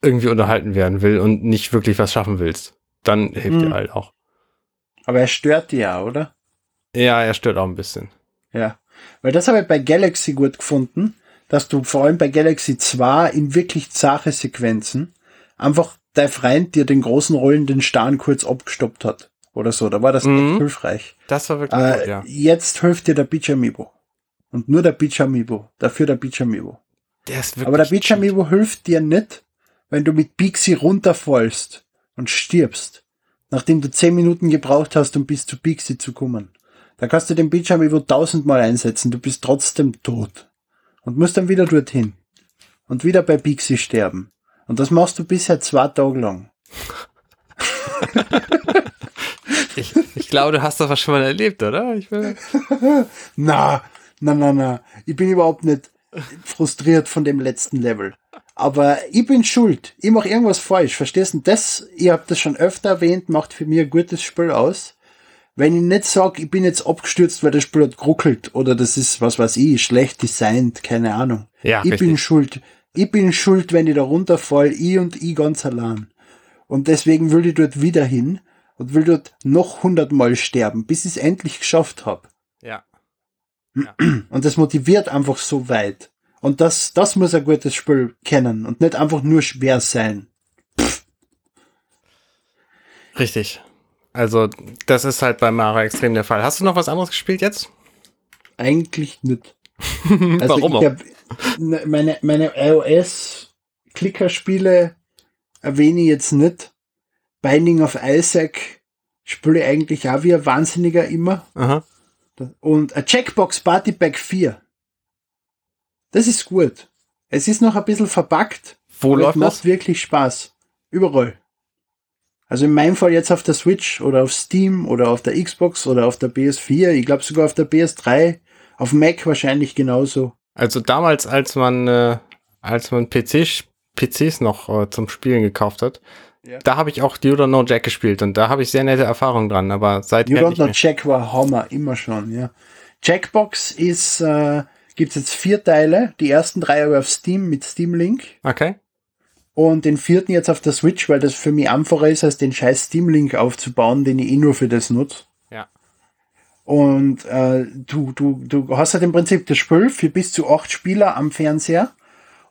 Speaker 1: irgendwie unterhalten werden will und nicht wirklich was schaffen willst. Dann hilft er halt auch.
Speaker 2: Aber er stört die ja, oder?
Speaker 1: Ja, er stört auch ein bisschen.
Speaker 2: Ja. Weil das habe ich bei Galaxy gut gefunden, dass du vor allem bei Galaxy 2 in wirklich zache Sequenzen einfach dein Freund dir den großen rollenden Stern kurz abgestoppt hat. Oder so. Da war das
Speaker 1: Mhm.
Speaker 2: echt hilfreich.
Speaker 1: Das war wirklich gut,
Speaker 2: Äh,
Speaker 1: ja.
Speaker 2: Jetzt hilft dir der Beach Amiibo. Und nur der Beach Amiibo. Dafür der Beach Amiibo.
Speaker 1: Der ist wirklich
Speaker 2: Aber der Beach
Speaker 1: cheat.
Speaker 2: Amiibo hilft dir nicht, wenn du mit Pixie runterfallst und stirbst, nachdem du 10 Minuten gebraucht hast, um bis zu Pixie zu kommen. Da kannst du den Beach Amiibo tausendmal einsetzen, du bist trotzdem tot. Und musst dann wieder dorthin. Und wieder bei Pixie sterben. Und das machst du bisher zwei Tage lang.
Speaker 1: Ich, ich glaube, du hast das was schon mal erlebt, oder? Ich will,
Speaker 2: Na, na, na, na. Ich bin überhaupt nicht frustriert von dem letzten Level. Aber ich bin schuld. Ich mache irgendwas falsch. Verstehst du? Und Das, ihr habt das schon öfter erwähnt, macht für mich ein gutes Spiel aus. Wenn ich nicht sage, ich bin jetzt abgestürzt, weil das Spiel hat geruckelt oder das ist, was weiß ich, schlecht designt, keine Ahnung.
Speaker 1: Ja,
Speaker 2: ich bin
Speaker 1: richtig.
Speaker 2: schuld. Ich bin schuld, wenn ich da runterfall, ich und ich ganz allein. Und deswegen will ich dort wieder hin und will dort noch hundertmal sterben, bis ich es endlich geschafft habe.
Speaker 1: ja.
Speaker 2: Und das motiviert einfach so weit. Und das, das muss ein gutes Spiel kennen und nicht einfach nur schwer sein.
Speaker 1: Richtig. Also, das ist halt bei Mario extrem der Fall. Hast du noch was anderes gespielt jetzt?
Speaker 2: Eigentlich nicht. Also
Speaker 1: Warum auch?
Speaker 2: ich hab, ne, meine, meine iOS-Klickerspiele erwähne ich jetzt nicht. Binding of Isaac spiele ich eigentlich auch wie ein Wahnsinniger immer.
Speaker 1: Aha.
Speaker 2: Und a Checkbox Party Pack 4. Das ist gut. Es ist noch ein bisschen verpackt.
Speaker 1: Wo
Speaker 2: Aber es
Speaker 1: läuft
Speaker 2: macht
Speaker 1: das?
Speaker 2: wirklich Spaß. Überall. Also in meinem Fall jetzt auf der Switch oder auf Steam oder auf der Xbox oder auf der PS4. Ich glaube sogar auf der PS3. Auf Mac wahrscheinlich genauso.
Speaker 1: Also damals, als man, äh, als man PC, PCs noch äh, zum Spielen gekauft hat,
Speaker 2: Ja.
Speaker 1: da habe ich auch You Don't Know Jack gespielt und da habe ich sehr nette Erfahrungen dran, aber
Speaker 2: You
Speaker 1: seither
Speaker 2: don't
Speaker 1: nicht
Speaker 2: know
Speaker 1: mehr.
Speaker 2: Jack war Hammer, immer schon, ja. Jackbox ist, äh, gibt's jetzt vier Teile. Die ersten drei aber auf Steam mit Steam Link.
Speaker 1: Okay.
Speaker 2: Und den vierten jetzt auf der Switch, weil das für mich einfacher ist, als den scheiß Steam Link aufzubauen, den ich eh nur für das nutze.
Speaker 1: Ja.
Speaker 2: Und äh, du, du, du hast halt im Prinzip das Spiel für bis zu acht Spieler am Fernseher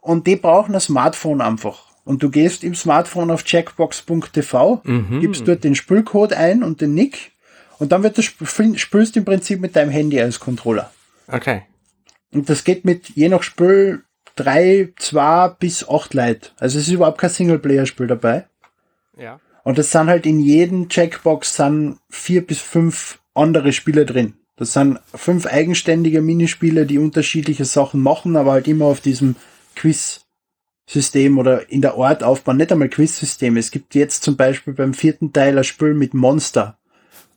Speaker 2: und die brauchen ein Smartphone einfach. Und du gehst im Smartphone auf checkbox.tv, gibst dort den Spielcode ein und den Nick Und dann wird das Spiel- spielst du im Prinzip mit deinem Handy als Controller.
Speaker 1: Okay.
Speaker 2: Und das geht mit je nach Spiel drei, zwei bis acht Leute. Also es ist überhaupt kein Singleplayer-Spiel dabei.
Speaker 1: Ja.
Speaker 2: Und es sind halt in jedem Checkbox sind vier bis fünf andere Spieler drin. Das sind fünf eigenständige Minispiele, die unterschiedliche Sachen machen, aber halt immer auf diesem Quiz-System oder in der Art aufbauen. Nicht einmal Quiz-System. Es gibt jetzt zum Beispiel beim vierten Teil ein Spiel mit Monster,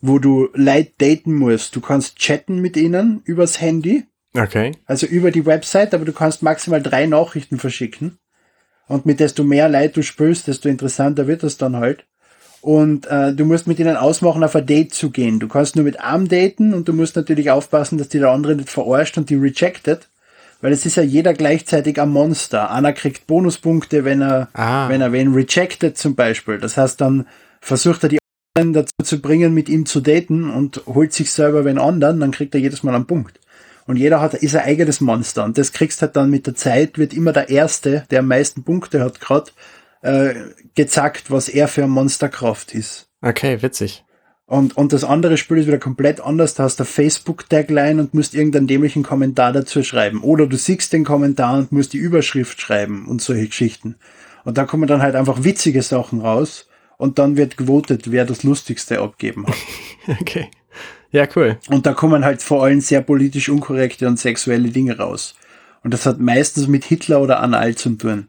Speaker 2: wo du Leute daten musst. Du kannst chatten mit ihnen übers Handy
Speaker 1: Okay.
Speaker 2: also über die Website, aber du kannst maximal drei Nachrichten verschicken. Und mit desto mehr Leid du spürst, desto interessanter wird das dann halt. Und äh, du musst mit ihnen ausmachen, auf ein Date zu gehen. Du kannst nur mit einem daten und du musst natürlich aufpassen, dass die der andere nicht verarscht und die rejected. Weil es ist ja jeder gleichzeitig ein Monster. Einer kriegt Bonuspunkte, wenn er,
Speaker 1: Ah.
Speaker 2: wenn er wen rejected zum Beispiel. Das heißt, dann versucht er die anderen dazu zu bringen, mit ihm zu daten und holt sich selber wen anderen, dann kriegt er jedes Mal einen Punkt. Und jeder hat, ist ein eigenes Monster. Und das kriegst halt dann mit der Zeit, wird immer der Erste, der am meisten Punkte hat gerade, äh, gezackt, was er für ein Monsterkraft ist.
Speaker 1: Okay, witzig.
Speaker 2: Und, und das andere Spiel ist wieder komplett anders. Da hast du Facebook-Tagline und musst irgendeinen dämlichen Kommentar dazu schreiben. Oder du siehst den Kommentar und musst die Überschrift schreiben und solche Geschichten. Und da kommen dann halt einfach witzige Sachen raus. Und dann wird gewotet, wer das Lustigste abgeben hat.
Speaker 1: Okay. Ja, cool.
Speaker 2: Und da kommen halt vor allem sehr politisch unkorrekte und sexuelle Dinge raus. Und das hat meistens mit Hitler oder Anal zu tun.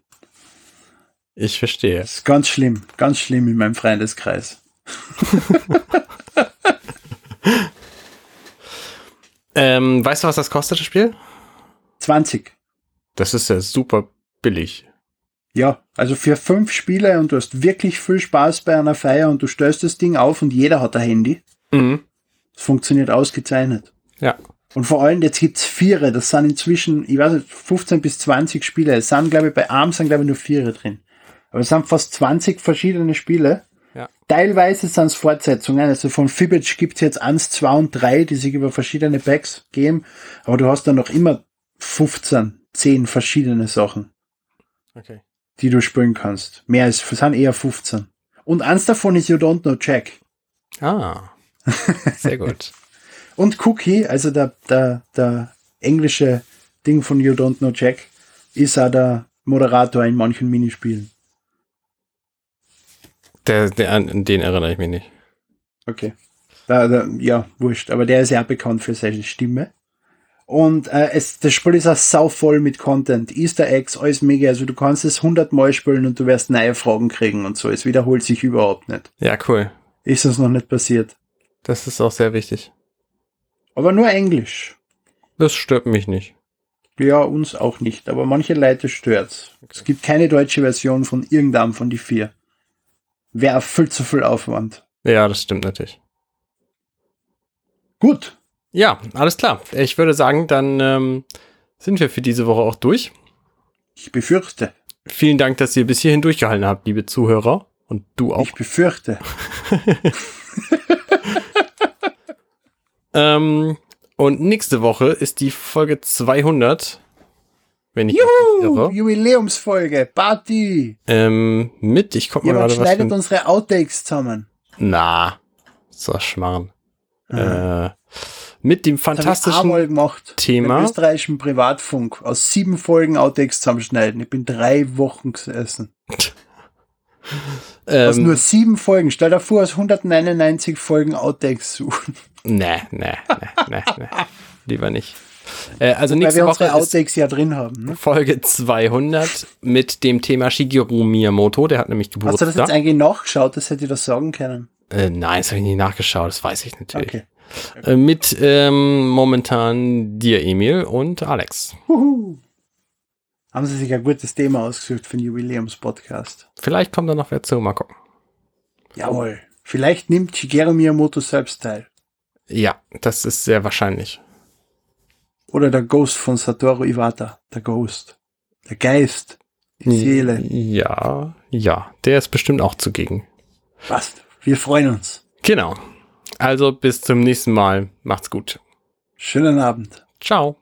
Speaker 1: Ich verstehe.
Speaker 2: Das ist ganz schlimm, ganz schlimm in meinem Freundeskreis.
Speaker 1: Ähm, weißt du, was das kostet, das Spiel?
Speaker 2: 20.
Speaker 1: Das ist ja super billig.
Speaker 2: Ja, also für fünf Spiele und du hast wirklich viel Spaß bei einer Feier und du stellst das Ding auf und jeder hat ein Handy.
Speaker 1: Mhm.
Speaker 2: Es funktioniert ausgezeichnet.
Speaker 1: Ja.
Speaker 2: Und vor allem, jetzt gibt's Viere, das sind inzwischen, ich weiß nicht, 15 bis 20 Spiele. Es sind, glaube ich, bei Arm sind, glaube ich, nur Viere drin. Aber es sind fast 20 verschiedene Spiele.
Speaker 1: Ja.
Speaker 2: Teilweise sind es Fortsetzungen. Also von Fibbage gibt's jetzt 1, 2 und 3, die sich über verschiedene Packs geben. Aber du hast dann noch immer 15, 10 verschiedene Sachen
Speaker 1: Okay.
Speaker 2: die du spielen kannst. Mehr als, es sind eher 15. Und eins davon ist You Don't Know Jack.
Speaker 1: Ah. Sehr gut.
Speaker 2: Und Cookie, also der, der, der englische Ding von You Don't Know Jack, ist auch der Moderator in manchen Minispielen.
Speaker 1: Der, der, an den erinnere ich mich nicht.
Speaker 2: Okay. Da, da, Äh, ja, wurscht. Aber der ist ja auch bekannt für seine Stimme. Und äh, es, das Spiel ist auch sau voll mit Content. Easter Eggs, alles mega. Also du kannst es 100 Mal spielen und du wirst neue Fragen kriegen und so. Es wiederholt sich überhaupt nicht.
Speaker 1: Ja, cool.
Speaker 2: Ist uns noch nicht passiert.
Speaker 1: Das ist auch sehr wichtig.
Speaker 2: Aber nur Englisch.
Speaker 1: Das stört mich nicht.
Speaker 2: Ja, uns auch nicht, aber manche Leute stört's. Es gibt keine deutsche Version von irgendeinem von die vier. Wäre viel zu viel Aufwand.
Speaker 1: Ja, das stimmt natürlich.
Speaker 2: Gut.
Speaker 1: Ja, alles klar. Ich würde sagen, dann ähm, sind wir für diese Woche auch durch.
Speaker 2: Ich befürchte.
Speaker 1: Vielen Dank, dass ihr bis hierhin durchgehalten habt, liebe Zuhörer. Und du auch.
Speaker 2: Ich befürchte.
Speaker 1: Ähm, und nächste Woche ist die Folge 200. Wenn ich mich nicht
Speaker 2: Uh,
Speaker 1: irre.
Speaker 2: Jubiläumsfolge. Party.
Speaker 1: Ähm, mit, ich guck mal
Speaker 2: Jemand
Speaker 1: gerade was.
Speaker 2: schneidet
Speaker 1: für ein-
Speaker 2: unsere Outtakes zusammen.
Speaker 1: Na, so Schmarrn.
Speaker 2: Ah.
Speaker 1: Äh, mit dem
Speaker 2: Das hab ich
Speaker 1: fantastischen.
Speaker 2: einmal gemacht.
Speaker 1: Thema.
Speaker 2: Im österreichischen Privatfunk. Aus sieben Folgen Outtakes zusammenschneiden. Ich bin drei Wochen gesessen. Aus
Speaker 1: Ähm,
Speaker 2: nur sieben Folgen. Stell dir vor, aus 199 Folgen Outtakes suchen.
Speaker 1: nee, nee, nee, nee, nee. Lieber nicht. Äh, also
Speaker 2: Weil
Speaker 1: nächste
Speaker 2: wir
Speaker 1: Woche
Speaker 2: unsere
Speaker 1: ist
Speaker 2: Outtakes ja drin haben. Ne?
Speaker 1: Folge 200 mit dem Thema Shigeru Miyamoto. Der hat nämlich
Speaker 2: Hast du das
Speaker 1: Geburtstag.
Speaker 2: jetzt eigentlich nachgeschaut? Das hätte ich das sagen können.
Speaker 1: äh, nein, das habe ich nicht nachgeschaut. Das weiß ich natürlich.
Speaker 2: Okay.
Speaker 1: Äh, mit ähm, momentan dir, Emil, und Alex.
Speaker 2: Huhu. Haben Sie sich ein gutes Thema ausgesucht für den Jubiläums-Podcast?
Speaker 1: Vielleicht kommt da noch wer zu. Mal gucken.
Speaker 2: Jawohl. Vielleicht nimmt Shigeru Miyamoto selbst teil.
Speaker 1: Ja, das ist sehr wahrscheinlich.
Speaker 2: Oder der Ghost von Satoru Iwata. Der Ghost. Der Geist. Die Seele.
Speaker 1: Ja, ja. Der ist bestimmt auch zugegen.
Speaker 2: Passt. Wir freuen uns.
Speaker 1: Genau. Also bis zum nächsten Mal. Macht's gut.
Speaker 2: Schönen Abend.
Speaker 1: Ciao.